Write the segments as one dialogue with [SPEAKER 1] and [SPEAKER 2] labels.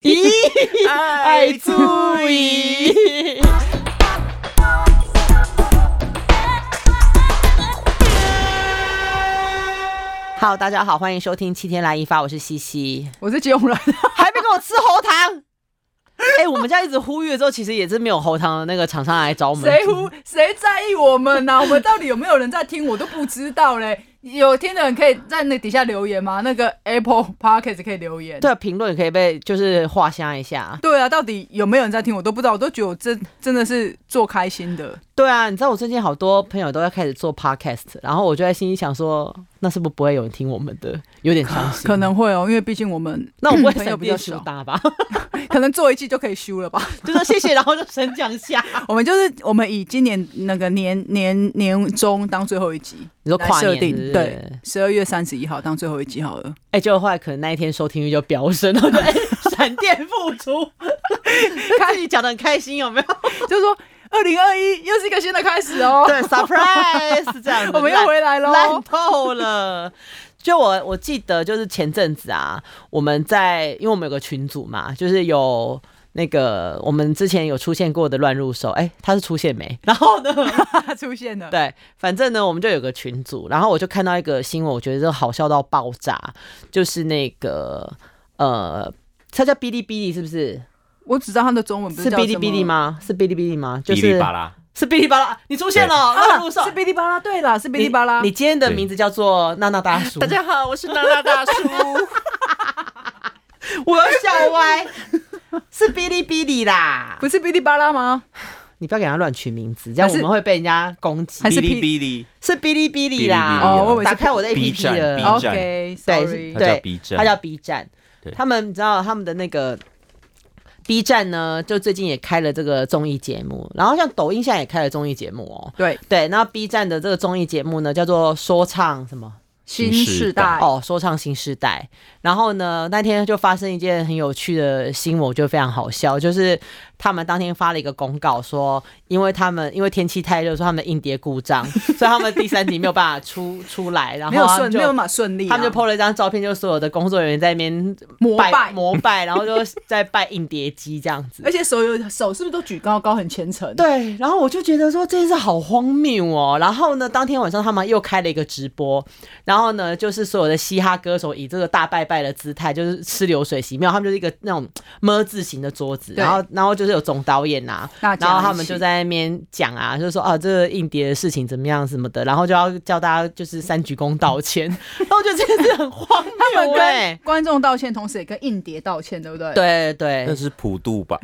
[SPEAKER 1] 爱注意。好，大家好，欢迎收听《七天来一发》，我是西西，
[SPEAKER 2] 我是吉永人，啊
[SPEAKER 1] 还没给我吃喉糖。 哎、我们家一直呼吁的时候，其实也是没有喉糖的那个厂商来找我们。
[SPEAKER 2] 谁胡谁在意我们啊呐、我们到底有没有人在听，我都不知道嘞。有听的人可以在那底下留言吗？那个 Apple Podcast 可以留言。
[SPEAKER 1] 对评论也可以被就是画虾一下。
[SPEAKER 2] 对啊，到底有没有人在听，我都不知道。我都觉得我真真的是做开心的。
[SPEAKER 1] 对啊，你知道我最近好多朋友都在开始做 podcast，然后我就在心里想说，那是不是不会有人听我们的？有点伤 心。
[SPEAKER 2] 可能会哦，因为毕竟我们
[SPEAKER 1] 那我们会
[SPEAKER 2] 嗯朋友
[SPEAKER 1] 省
[SPEAKER 2] 比较
[SPEAKER 1] 电输
[SPEAKER 2] 少，
[SPEAKER 1] 大吧？
[SPEAKER 2] 可能做一季就可以休了吧。
[SPEAKER 1] 就说谢谢，然后就升降下。
[SPEAKER 2] 我们就是我们以今年那个年年年中当最后一集，
[SPEAKER 1] 你说
[SPEAKER 2] 来
[SPEAKER 1] 跨
[SPEAKER 2] 设
[SPEAKER 1] 年
[SPEAKER 2] 定
[SPEAKER 1] 是不是
[SPEAKER 2] 对，十二月三十一号当最后一集好了。
[SPEAKER 1] 哎、结果后来可能那一天收听率就飙升，然后就哎闪、电复 出，自己讲的很开心，有没有？
[SPEAKER 2] 就是说，二零二一又是一个新的开始哦。
[SPEAKER 1] 对，surprise 这样子，
[SPEAKER 2] 我们又
[SPEAKER 1] 烂
[SPEAKER 2] 回来喽。
[SPEAKER 1] 烂透了。就我我记得，就是前阵子啊，我们在因为我们有个群组嘛，就是有那个我们之前有出现过的乱入手，哎、他是出现没？ 然后呢，
[SPEAKER 2] 他出现 了。
[SPEAKER 1] 对，反正呢，我们就有个群组，然后我就看到一个新闻，我觉得这好笑到爆炸，就是那个呃，它叫哔哩哔哩是不是？
[SPEAKER 2] 我只知道他的中文不
[SPEAKER 1] 是
[SPEAKER 2] 叫
[SPEAKER 1] 哔哩
[SPEAKER 2] 什么
[SPEAKER 1] 哔哩？吗？是哔哩哔哩吗？就
[SPEAKER 3] 哔哩
[SPEAKER 1] 是
[SPEAKER 3] 吧啦，
[SPEAKER 1] 是哔哩吧啦，你出现了，
[SPEAKER 2] 啊，
[SPEAKER 1] 乱入
[SPEAKER 2] 是
[SPEAKER 1] 手。
[SPEAKER 2] 哔哩吧啦。对了，是哔哩吧啦
[SPEAKER 1] 你。你今天的名字叫做娜娜大叔，
[SPEAKER 3] 大家好，我是娜娜大叔。
[SPEAKER 1] 我要笑歪， 是哔哩哔哩啦！
[SPEAKER 2] 不是哔哩吧啦吗？
[SPEAKER 1] 你不要给人家乱取名字，这样
[SPEAKER 2] 还
[SPEAKER 1] 我
[SPEAKER 2] 是
[SPEAKER 1] 们会被人家攻击。
[SPEAKER 2] 还是
[SPEAKER 3] 哔
[SPEAKER 2] 哔
[SPEAKER 3] 哩哔哩
[SPEAKER 1] 是哔哩哔哩
[SPEAKER 3] 哔哩哔
[SPEAKER 1] 啦，
[SPEAKER 3] 哩哦
[SPEAKER 2] 我以为是
[SPEAKER 1] 打开我的
[SPEAKER 3] B
[SPEAKER 1] APP
[SPEAKER 3] 站
[SPEAKER 1] 了
[SPEAKER 3] B 站。
[SPEAKER 1] 对
[SPEAKER 2] OK，sorry
[SPEAKER 1] 是
[SPEAKER 3] 它叫 B 站
[SPEAKER 1] 它叫 B 站
[SPEAKER 3] 对。
[SPEAKER 1] 他们你知道他们的那个 B 站呢，就最近也开了这个综艺节目，然后像抖音现在也开了综艺节目哦。
[SPEAKER 2] 对，
[SPEAKER 1] 对，那 B 站的这个综艺节目呢，叫做说唱什么？
[SPEAKER 2] 新
[SPEAKER 3] 新
[SPEAKER 2] 时
[SPEAKER 3] 时
[SPEAKER 2] 代
[SPEAKER 3] 代
[SPEAKER 1] 哦，说唱新时代。然后呢，那天就发生一件很有趣的新闻，我觉得非常好笑，就是他们当天发了一个公告说，因为他们因为天气太热，说他们的硬碟故 障，所以他们第三集没有办法出出来，然
[SPEAKER 2] 没有
[SPEAKER 1] 后他
[SPEAKER 2] 顺，
[SPEAKER 1] 们
[SPEAKER 2] 没
[SPEAKER 1] 就
[SPEAKER 2] 有办法顺利
[SPEAKER 1] 他
[SPEAKER 2] 啊。
[SPEAKER 1] 们就 PO 了一张照片，就所有的工作人员在那边
[SPEAKER 2] 膜拜
[SPEAKER 1] 拜， 膜拜，然后就在拜硬碟机这样子
[SPEAKER 2] 而。且手有手是不是都举高高，很虔诚？
[SPEAKER 1] 对，然后我就觉得说这件事好荒谬哦。然后呢，当天晚上他们又开了一个直播，然后呢，就是所有的嘻哈歌手以这个大拜拜的姿态，就是吃流水席，没有，他们就是一个那种么字形的桌子，
[SPEAKER 2] 对
[SPEAKER 1] 然后然后就是有总导演呐、
[SPEAKER 2] 大家
[SPEAKER 1] 然后他
[SPEAKER 2] 一
[SPEAKER 1] 们
[SPEAKER 2] 起
[SPEAKER 1] 就在那边讲啊，就是说啊，这个硬碟的事情怎么样什么的，然后就要叫大家就是三鞠躬道 歉，然后我觉得这件事很荒
[SPEAKER 2] 他们
[SPEAKER 1] 谬哎、
[SPEAKER 2] 跟观众道歉，同时也跟硬碟道歉，对不对？，
[SPEAKER 1] 对对
[SPEAKER 3] 那是普 渡吧？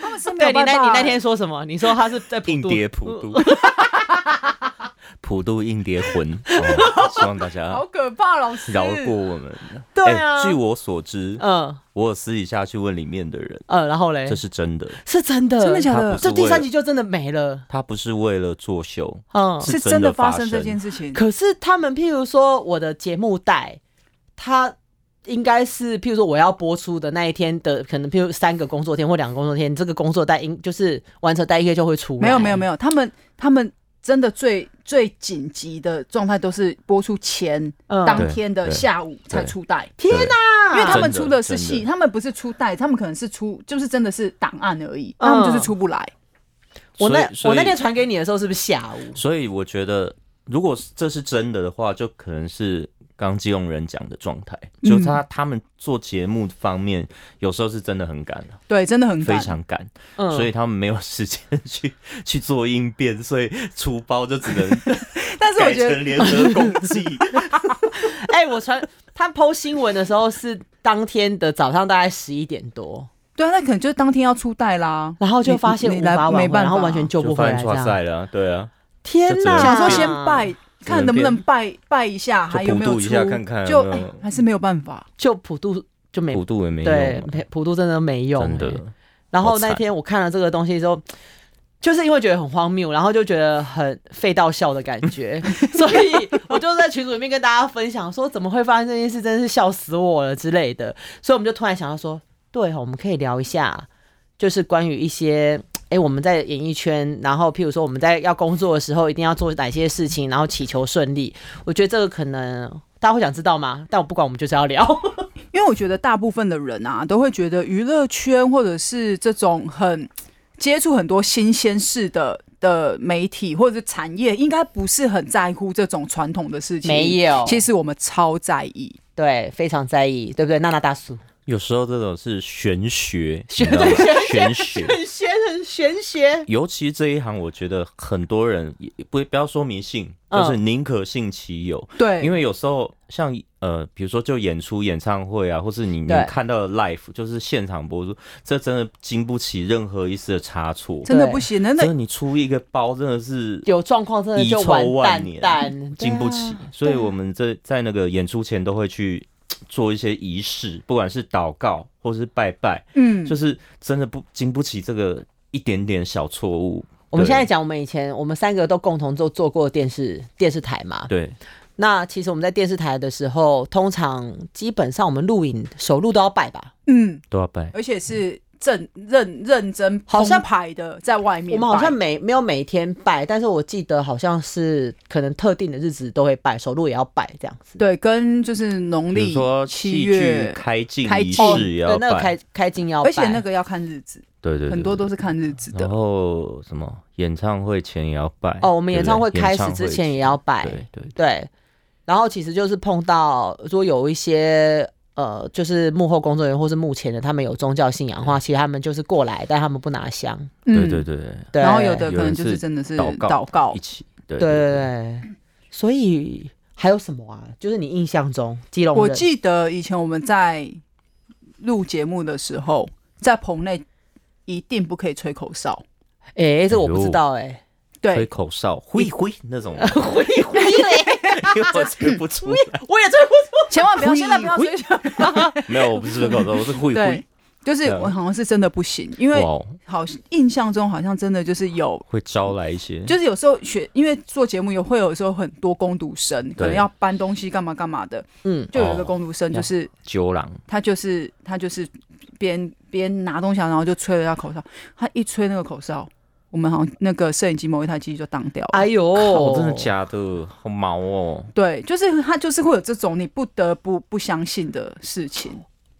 [SPEAKER 2] 他们是没
[SPEAKER 1] 对，
[SPEAKER 2] 有
[SPEAKER 1] 你那
[SPEAKER 2] 办法
[SPEAKER 1] 你那天说什么？你说他是在普
[SPEAKER 3] 硬
[SPEAKER 1] 渡
[SPEAKER 3] 碟普 渡，普渡硬碟魂， 哦希望大家
[SPEAKER 2] 好可怕，老师
[SPEAKER 3] 饶过我们。
[SPEAKER 1] 对啊
[SPEAKER 3] 哎据我所知，
[SPEAKER 1] 嗯
[SPEAKER 3] 我有私底下去问里面的人，
[SPEAKER 1] 嗯，然后嘞
[SPEAKER 3] 这，是真的，
[SPEAKER 1] 是真的，
[SPEAKER 2] 真的假
[SPEAKER 3] 他
[SPEAKER 2] 的
[SPEAKER 3] 不？是
[SPEAKER 1] 这
[SPEAKER 3] 为
[SPEAKER 1] 第三
[SPEAKER 3] 了
[SPEAKER 1] 集就真的没了。
[SPEAKER 3] 他不是为了作秀，
[SPEAKER 1] 嗯，
[SPEAKER 3] 是
[SPEAKER 2] 是
[SPEAKER 3] 真
[SPEAKER 2] 真的
[SPEAKER 3] 的发
[SPEAKER 2] 生这
[SPEAKER 3] 生
[SPEAKER 2] 件事情。
[SPEAKER 1] 可是他们，譬如说我的节目带，它应该是譬如说我要播出的那一天的，可能譬如三个工作天或两个工作天，这个工作带应就是完成带应该就会出来。
[SPEAKER 2] 没有没有没
[SPEAKER 1] 有，
[SPEAKER 2] 有，他们他们真的最最紧急的状态都是播出前、
[SPEAKER 1] 嗯
[SPEAKER 2] 当天的
[SPEAKER 3] 对
[SPEAKER 2] 下午才出带，
[SPEAKER 1] 天哪！
[SPEAKER 2] 因为他们
[SPEAKER 3] 真
[SPEAKER 2] 出
[SPEAKER 3] 的
[SPEAKER 2] 的是
[SPEAKER 3] 真
[SPEAKER 2] 戏，
[SPEAKER 3] 的
[SPEAKER 2] 他们不是出带，他们可能是出就是真的是档案而已，
[SPEAKER 1] 嗯
[SPEAKER 2] 他们就是出不来。
[SPEAKER 1] 我那
[SPEAKER 3] 所
[SPEAKER 1] 我
[SPEAKER 3] 以
[SPEAKER 1] 那
[SPEAKER 3] 所以
[SPEAKER 1] 天传给你的时候是不是下午？
[SPEAKER 3] 所以我觉得，如果这是真的的话，就可能是刚基隆人讲的状态，
[SPEAKER 1] 嗯
[SPEAKER 3] 就他他们做节目方面，有时候是真的很赶啊，
[SPEAKER 2] 对，真的很
[SPEAKER 3] 非
[SPEAKER 2] 赶。
[SPEAKER 3] 常赶，
[SPEAKER 1] 嗯，
[SPEAKER 3] 所以他们没有时间去 去做应变，所以出包就只 能
[SPEAKER 2] 但是我
[SPEAKER 3] 改
[SPEAKER 2] 觉得
[SPEAKER 3] 成联合攻击。
[SPEAKER 1] 哎、我传他剖新闻的时候是当天的早上大概十一点多，
[SPEAKER 2] 对啊，那可能就是当天要出带啦。
[SPEAKER 1] 然后就发现
[SPEAKER 2] 你
[SPEAKER 1] 无
[SPEAKER 2] 你来
[SPEAKER 1] 法挽
[SPEAKER 2] 没
[SPEAKER 1] 回，
[SPEAKER 2] 办法
[SPEAKER 1] 然后完全救
[SPEAKER 3] 就
[SPEAKER 1] 不回
[SPEAKER 3] 发
[SPEAKER 1] 来
[SPEAKER 3] 现
[SPEAKER 1] 这
[SPEAKER 3] 抓
[SPEAKER 1] 样。
[SPEAKER 3] 赛了啊，对啊，
[SPEAKER 1] 天
[SPEAKER 3] 就只
[SPEAKER 1] 哪！
[SPEAKER 3] 能
[SPEAKER 2] 想说先拜，
[SPEAKER 3] 嗯
[SPEAKER 2] 看能不能
[SPEAKER 3] 变
[SPEAKER 2] 拜拜一下，还有没有
[SPEAKER 3] 普
[SPEAKER 2] 出？
[SPEAKER 3] 渡一下看看
[SPEAKER 2] 就
[SPEAKER 3] 有没有
[SPEAKER 2] 哎还是没有办法。
[SPEAKER 1] 就普渡就没
[SPEAKER 3] 普渡也没
[SPEAKER 1] 对
[SPEAKER 3] 用啊，
[SPEAKER 1] 没普渡真的没用、
[SPEAKER 3] 真的
[SPEAKER 1] 欸。然后
[SPEAKER 3] 好惨
[SPEAKER 1] 那天我看了这个东西之后，就是因为觉得很荒谬，然后就觉得很废到笑的感觉，所以我就在群组里面跟大家分享说，怎么会发生这件事，真是笑死我了之类的。所以我们就突然想到说，对哦，我们可以聊一下，就是关于一些。哎、我们在演艺圈，然后譬如说我们在要工作的时候，一定要做哪些事情，然后祈求顺利。我觉得这个可能大家会想知道吗？但我不管，我们就是要聊。
[SPEAKER 2] 因因为我觉得大部分的人啊，都会觉得娱乐圈或者是这种很接触很多新鲜事的的媒体或者是产业，应该不是很在乎这种传统的事情。
[SPEAKER 1] 没 有
[SPEAKER 2] 其实我们超在意。
[SPEAKER 1] 对，非常在意，对不对？娜娜大叔，
[SPEAKER 3] 有时候这种是 玄学，你知道吗？玄学。
[SPEAKER 1] 很玄，很玄学。
[SPEAKER 3] 尤其这一行，我觉得很多人也不不要说迷信，
[SPEAKER 1] 嗯
[SPEAKER 3] 就是宁可信其有。
[SPEAKER 2] 对，
[SPEAKER 3] 因为有时候像呃，比如说就演出、演唱会啊，或是你你
[SPEAKER 1] 对
[SPEAKER 3] 看到的 live，就是现场播出，这真的经不起任何一丝的差错。
[SPEAKER 2] 真的
[SPEAKER 1] 对
[SPEAKER 2] 不行，真
[SPEAKER 3] 真
[SPEAKER 2] 的
[SPEAKER 3] 的，你出一个包真的是
[SPEAKER 1] 有状况真的
[SPEAKER 3] 遗
[SPEAKER 1] 就
[SPEAKER 3] 臭
[SPEAKER 1] 完
[SPEAKER 3] 万
[SPEAKER 1] 蛋
[SPEAKER 3] 年
[SPEAKER 1] 蛋，
[SPEAKER 3] 经不
[SPEAKER 1] 对啊
[SPEAKER 3] 起。所以我们这在那个演出前都会去做一些仪式，不管是祷告或是拜拜，
[SPEAKER 2] 嗯，
[SPEAKER 3] 就是真的不经不起这个一点点小错误。
[SPEAKER 1] 我们
[SPEAKER 3] 对
[SPEAKER 1] 现在讲，我们以前我们三个都共同做做过电视电视台嘛。
[SPEAKER 3] 对
[SPEAKER 1] 那其实我们在电视台的时候，通常基本上我们录影首录都要拜吧。
[SPEAKER 2] 嗯，
[SPEAKER 3] 都要拜。
[SPEAKER 2] 而且是正认认真，
[SPEAKER 1] 好像
[SPEAKER 2] 排的在外面
[SPEAKER 1] 我
[SPEAKER 2] 摆，
[SPEAKER 1] 们好像没没有每天拜，但是我记得好像是可能特定的日子都会拜，首录也要拜这样子。
[SPEAKER 2] 对，跟就是农
[SPEAKER 3] 比如
[SPEAKER 2] 历
[SPEAKER 3] 说
[SPEAKER 2] 七
[SPEAKER 3] 戏剧
[SPEAKER 2] 月，
[SPEAKER 3] 开镜
[SPEAKER 2] 开
[SPEAKER 3] 仪
[SPEAKER 2] 镜
[SPEAKER 3] 式也
[SPEAKER 1] 哦对
[SPEAKER 3] 要，
[SPEAKER 1] 那个
[SPEAKER 3] 拜，
[SPEAKER 1] 开开金要拜，
[SPEAKER 2] 而且那个要看日子，
[SPEAKER 3] 对对，
[SPEAKER 2] 很多都是看日子
[SPEAKER 3] 对。然
[SPEAKER 2] 的。
[SPEAKER 3] 后什么演唱会前也要拜
[SPEAKER 1] 哦，我们
[SPEAKER 3] 对
[SPEAKER 1] 演
[SPEAKER 3] 不
[SPEAKER 1] 唱会
[SPEAKER 3] 对
[SPEAKER 1] 开始之前也要拜，
[SPEAKER 3] 对对
[SPEAKER 1] 对，然后其实就是碰到如果有一些呃，就是幕后工作人员或是幕前的，他们有宗教信仰的话，其实他们就是过来，但他们不拿香。
[SPEAKER 3] 对
[SPEAKER 2] 嗯
[SPEAKER 3] 对对对，
[SPEAKER 1] 对，
[SPEAKER 2] 然后有的可
[SPEAKER 3] 有
[SPEAKER 2] 能
[SPEAKER 3] 人
[SPEAKER 2] 就是
[SPEAKER 3] 是
[SPEAKER 2] 真的是
[SPEAKER 3] 祷告
[SPEAKER 2] 祷告
[SPEAKER 3] 一，起，对
[SPEAKER 1] 对对对，所以还有什么啊？就是你印象中基隆人，
[SPEAKER 2] 我记得以前我们在录节目的时候，在棚内一定不可以吹口哨，
[SPEAKER 1] 哎、这我不知道哎、
[SPEAKER 3] 吹
[SPEAKER 2] 对，
[SPEAKER 3] 口哨，挥挥那种，
[SPEAKER 1] 回 回嘞，
[SPEAKER 3] 因为我吹不出来。
[SPEAKER 1] 我也追不
[SPEAKER 2] 千万不要现在不要吹口哨，
[SPEAKER 3] 没有，我不是吹口哨，我是挥
[SPEAKER 2] 对
[SPEAKER 3] 挥。。
[SPEAKER 2] 就是
[SPEAKER 3] 对
[SPEAKER 2] 我好像是真的不行，因为
[SPEAKER 3] 哇哦，
[SPEAKER 2] 好印象中好像真的就是有
[SPEAKER 3] 会招来一些，
[SPEAKER 2] 就是有时候学，因为做节目有会有时候很多攻读生，可能要搬东西干嘛干嘛的，
[SPEAKER 1] 嗯，
[SPEAKER 2] 就有一个攻读生，就是、
[SPEAKER 3] 揪狼，
[SPEAKER 2] 他就是他就是边边拿东西，啊然后就吹了他口哨，他一吹那个口哨，我们好像那个摄影机某一台机器就当掉了。
[SPEAKER 1] 哎呦，
[SPEAKER 3] 哦，真的假的？好毛哦！
[SPEAKER 2] 对，就是他就是会有这种你不得不不相信的事情。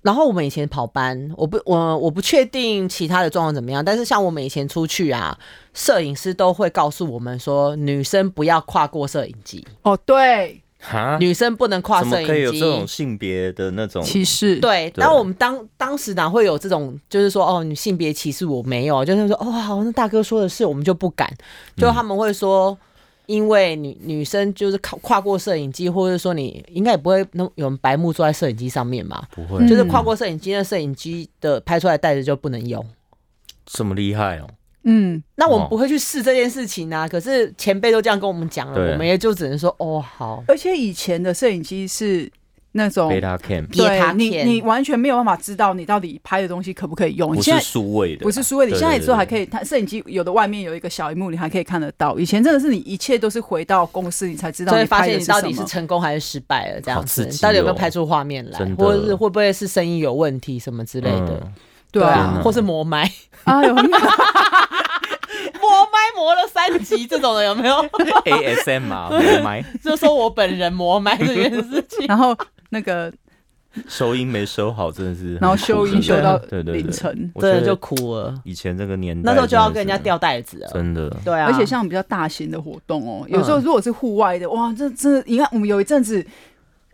[SPEAKER 1] 然后我们以前跑班，我不我我不确定其他的状况怎么样，但是像我们以前出去啊，摄影师都会告诉我们说，女生不要跨过摄影机，
[SPEAKER 2] 哦，对，
[SPEAKER 3] 哈，
[SPEAKER 1] 女生不能跨
[SPEAKER 3] 啊怎么
[SPEAKER 1] 摄
[SPEAKER 3] 可以有
[SPEAKER 1] 影
[SPEAKER 3] 这种
[SPEAKER 1] 机。
[SPEAKER 3] 性别的那种？
[SPEAKER 2] 歧视。
[SPEAKER 1] 对，
[SPEAKER 3] 对
[SPEAKER 1] 然后我们当当时哪会有这种，就是说哦，你性别歧视我没有，就是说哦，好，那大哥说的是，我们就不敢。
[SPEAKER 3] 嗯
[SPEAKER 1] 就他们会说，因为女女生就是跨跨过摄影机，或者说你应该也不会那有人白目坐在摄影机上面嘛，
[SPEAKER 3] 不会，
[SPEAKER 1] 就是跨过摄影机，那摄影机的拍出来的袋子就不能用。
[SPEAKER 3] 这么厉害哦！
[SPEAKER 2] 嗯，
[SPEAKER 1] 那我们
[SPEAKER 3] 哦
[SPEAKER 1] 不会去试这件事情啊。可是前辈都这样跟我们讲了，
[SPEAKER 3] 对
[SPEAKER 1] 我们也就只能说哦好。
[SPEAKER 2] 而且以前的摄影机是那种
[SPEAKER 3] 贝。塔 cam
[SPEAKER 1] 别他
[SPEAKER 2] 对你，
[SPEAKER 1] 骗
[SPEAKER 2] 你完全没有办法知道你到底拍的东西可不可以用。你
[SPEAKER 3] 不
[SPEAKER 2] 现
[SPEAKER 3] 是
[SPEAKER 2] 在
[SPEAKER 3] 数位的，
[SPEAKER 2] 不是苏位，你
[SPEAKER 3] 对
[SPEAKER 2] 现在
[SPEAKER 3] 对
[SPEAKER 2] 之后还
[SPEAKER 3] 对
[SPEAKER 2] 可以，它摄影机有的外面有一个小荧幕，你还可以看得到。以前真的是你一切都是回到公司，你才知道
[SPEAKER 1] 所以发
[SPEAKER 2] 拍
[SPEAKER 1] 现
[SPEAKER 2] 的
[SPEAKER 1] 你
[SPEAKER 2] 什么
[SPEAKER 1] 到底是成功还是失败了，这样子
[SPEAKER 3] 好刺激哦
[SPEAKER 1] 到底有没有拍出画面来
[SPEAKER 3] 真，的
[SPEAKER 1] 或者是会不会是声音有问题什么之类的，
[SPEAKER 3] 嗯
[SPEAKER 2] 对
[SPEAKER 3] 天
[SPEAKER 1] 啊
[SPEAKER 2] 啊
[SPEAKER 3] 哪，
[SPEAKER 1] 或是磨麦，
[SPEAKER 2] 哎呦，
[SPEAKER 1] 磨麦磨了三集这种的有没 有？
[SPEAKER 3] ASMR 我麦
[SPEAKER 1] 就说我本人磨麦这件事情，
[SPEAKER 2] 然后那个，
[SPEAKER 3] 收音没收好，真的是很苦，
[SPEAKER 2] 然后修音
[SPEAKER 3] 真
[SPEAKER 2] 修
[SPEAKER 3] 的
[SPEAKER 2] 到
[SPEAKER 3] 对对对
[SPEAKER 2] 凌晨，
[SPEAKER 3] 我
[SPEAKER 1] 真
[SPEAKER 3] 觉
[SPEAKER 1] 的
[SPEAKER 3] 得
[SPEAKER 1] 就苦了。
[SPEAKER 3] 以前这个年代，
[SPEAKER 1] 那时候就要跟人家，吊袋子了，
[SPEAKER 3] 真的
[SPEAKER 1] 对啊，
[SPEAKER 2] 而且像比较大型的活动哦，有时
[SPEAKER 3] 嗯
[SPEAKER 2] 候如果是户外的，哇，这真的，你看我们有一阵子，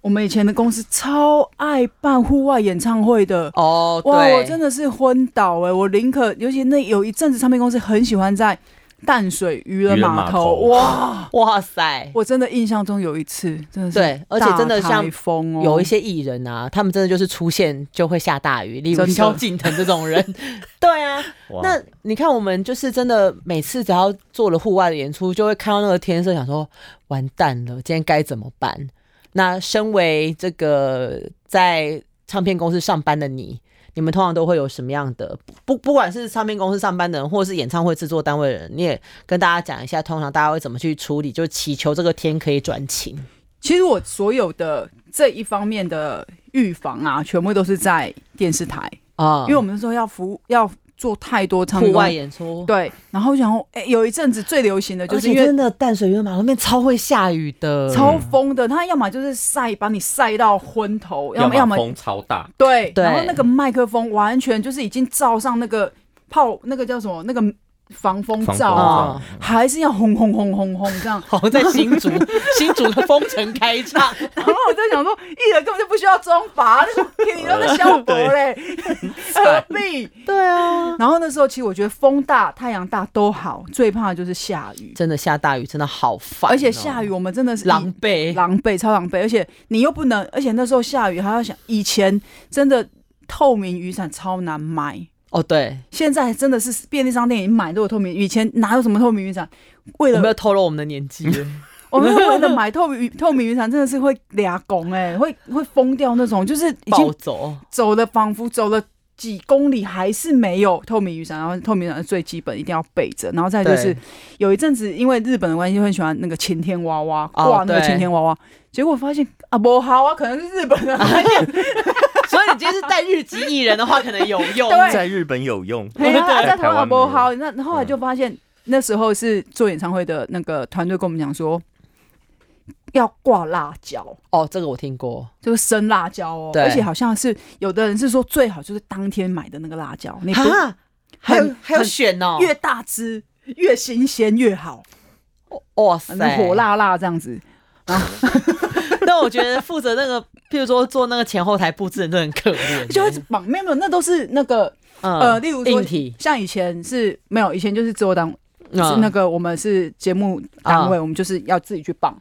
[SPEAKER 2] 我们以前的公司超爱办户外演唱会的。
[SPEAKER 1] 哦，
[SPEAKER 2] 哇，我
[SPEAKER 1] 对，
[SPEAKER 2] 真的是昏倒哎、我宁可，尤其那有一阵子，唱片公司很喜欢在淡水渔人
[SPEAKER 3] 渔人
[SPEAKER 2] 码
[SPEAKER 3] 码
[SPEAKER 2] 头，
[SPEAKER 3] 头
[SPEAKER 2] 哇，
[SPEAKER 1] 哇塞，
[SPEAKER 2] 我真的印象中有一次，真的是
[SPEAKER 1] 对而且真的
[SPEAKER 2] 大
[SPEAKER 1] 像
[SPEAKER 2] 台风哦，
[SPEAKER 1] 有一些艺人啊，他们真的就是出现就会下大雨，例如
[SPEAKER 2] 真的
[SPEAKER 1] 萧敬腾这种人。 对啊，
[SPEAKER 3] 哇
[SPEAKER 1] 那你看我们就是真的每次只要做了户外的演出，就会看到那个天色，想说完蛋了，今天该怎么办？那身为这个在唱片公司上班的你，你们通常都会有什么样的不不管是唱片公司上班的人，或是演唱会制作单位的人，你也跟大家讲一下，通常大家会怎么去处理，就祈求这个天可以转晴。
[SPEAKER 2] 其实我所有的这一方面的预防啊，全部都是在电视台，
[SPEAKER 1] 啊、
[SPEAKER 2] 因为我们那时候要服务要做太多唱歌
[SPEAKER 1] 户外演出，
[SPEAKER 2] 对，然后然后哎，有一阵子最流行的就
[SPEAKER 1] 而
[SPEAKER 2] 是因
[SPEAKER 1] 且
[SPEAKER 2] 为
[SPEAKER 1] 真的淡水源码那边超会下雨的，
[SPEAKER 2] 超疯的，他要么就是晒把你晒到昏头，要么
[SPEAKER 3] 要
[SPEAKER 2] 么
[SPEAKER 3] 风超大，
[SPEAKER 2] 对，
[SPEAKER 1] 对
[SPEAKER 2] 然后那个麦克风完全就是已经罩上那个泡那个叫什么那个防风
[SPEAKER 3] 防风
[SPEAKER 2] 罩啊，
[SPEAKER 3] 罩
[SPEAKER 1] 哦，
[SPEAKER 2] 还是要轰轰轰轰轰这样。
[SPEAKER 1] 好像在新竹新竹的风城开唱，
[SPEAKER 2] 然后我就想说，艺人根本就不需要装法，那个给你都在消薄 嘞，何必？
[SPEAKER 1] 对啊，
[SPEAKER 2] 然后那时候其实我觉得风大、太阳大都好，最怕的就是下雨，
[SPEAKER 1] 真的下大雨真的好烦哦，
[SPEAKER 2] 而且下雨我们真的是
[SPEAKER 1] 狼狈，
[SPEAKER 2] 狼狈，超狼狈，而且你又不能，而且那时候下雨还要想，以前真的透明雨伞超难买，
[SPEAKER 1] 哦对，
[SPEAKER 2] 现在真的是便利商店已经买都有透明，以前哪有什么透明雨伞？为
[SPEAKER 1] 我
[SPEAKER 2] 了
[SPEAKER 1] 没有透露我们的年纪了，
[SPEAKER 2] 我们为了买透明雨透明雨伞，真的是会俩拱哎，会会疯掉那种，就是已
[SPEAKER 1] 暴
[SPEAKER 2] 经
[SPEAKER 1] 走，
[SPEAKER 2] 走了，仿佛走了几公里还是没有透明雨伞，然后透明雨伞是最基本一定要备着，然后再来哎就是
[SPEAKER 1] 对
[SPEAKER 2] 有一阵子因为日本的关系会喜欢那个晴天娃娃
[SPEAKER 1] 哦
[SPEAKER 2] 挂那个
[SPEAKER 1] 对
[SPEAKER 2] 晴天娃娃，结果发现啊不好啊，可能是日本 的，
[SPEAKER 1] 所以你今天是带日籍艺人的话，可能有用，
[SPEAKER 2] 对
[SPEAKER 3] 在日本有用，
[SPEAKER 1] 哦
[SPEAKER 2] 对啊，在台湾
[SPEAKER 3] 湾没
[SPEAKER 2] 不
[SPEAKER 3] 有
[SPEAKER 2] 好，那那后
[SPEAKER 1] 嗯
[SPEAKER 2] 来就发现那时候是做演唱会的那个团队跟我们讲说要挂辣椒。
[SPEAKER 1] 哦，这个我听过，
[SPEAKER 2] 就是生辣椒哦，
[SPEAKER 1] 对
[SPEAKER 2] 而且好像是有的人是说最好就是当天买的那个辣椒，你不
[SPEAKER 1] 啊，还有
[SPEAKER 2] 很
[SPEAKER 1] 还有
[SPEAKER 2] 很
[SPEAKER 1] 选哦，
[SPEAKER 2] 越大只越新鲜越好，
[SPEAKER 1] 哇
[SPEAKER 2] 反
[SPEAKER 1] 塞，嗯
[SPEAKER 2] 正火辣辣这样子。
[SPEAKER 1] 但我觉得负责那个，譬如说做那个前后台布置的人都很可怜，欸
[SPEAKER 2] 就会绑，没有没有，那都是那个
[SPEAKER 1] 嗯
[SPEAKER 2] 呃，例如说
[SPEAKER 1] 硬，体，
[SPEAKER 2] 像以前是没有，以前就是制作单位，是
[SPEAKER 1] 嗯
[SPEAKER 2] 那个我们是节目单位，我们就是要自己去绑，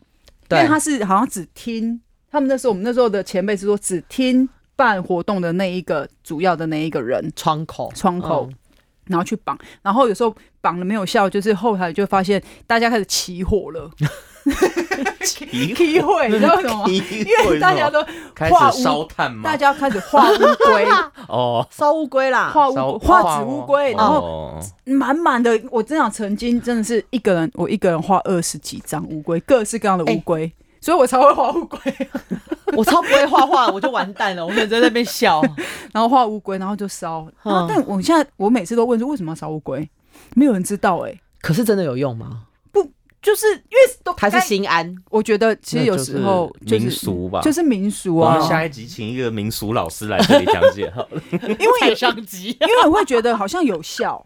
[SPEAKER 2] 因为
[SPEAKER 1] 对
[SPEAKER 2] 他是好像只听他们那时候，我们那时候的前辈是说只听办活动的那一个主要的那一个人
[SPEAKER 1] 窗口嗯
[SPEAKER 2] 窗口，然后去绑，然后有时候绑了没有效，就是后台就发现大家开始起火了，
[SPEAKER 3] 起
[SPEAKER 2] 起火， 你知道为什 么吗？因为大家都
[SPEAKER 3] 开
[SPEAKER 2] 化
[SPEAKER 3] 始
[SPEAKER 2] 污
[SPEAKER 3] 烧炭嘛
[SPEAKER 2] 大，家开始画乌龟，
[SPEAKER 3] 哦，
[SPEAKER 1] 烧乌龟啦，
[SPEAKER 2] 画乌
[SPEAKER 3] 烧
[SPEAKER 2] 画纸乌龟，然后
[SPEAKER 3] 后
[SPEAKER 2] 满满的，我真的曾经真的是一个人，我一个人画二十几张乌龟，各式各样的乌龟。所以我才会画乌龟，
[SPEAKER 1] 我超不会画画，我就完蛋了，我可能在那边笑，
[SPEAKER 2] 然后画乌龟，然后就烧。
[SPEAKER 1] 嗯
[SPEAKER 2] 然后但我现在我每次都问说为什么要烧乌龟，没有人知道哎、
[SPEAKER 1] 可是真的有用吗？
[SPEAKER 2] 就是因为都
[SPEAKER 1] 还是
[SPEAKER 2] 该
[SPEAKER 1] 心安？
[SPEAKER 2] 我觉得其实有时候
[SPEAKER 3] 那
[SPEAKER 2] 就
[SPEAKER 3] 就
[SPEAKER 2] 是
[SPEAKER 3] 民
[SPEAKER 2] 是
[SPEAKER 3] 俗吧，
[SPEAKER 2] 就是民俗
[SPEAKER 3] 我
[SPEAKER 2] 啊
[SPEAKER 3] 们，下一集请一个民俗老师来这里讲 解好了。
[SPEAKER 2] 因为
[SPEAKER 1] 太上级，
[SPEAKER 2] 因为我会觉得好像有效，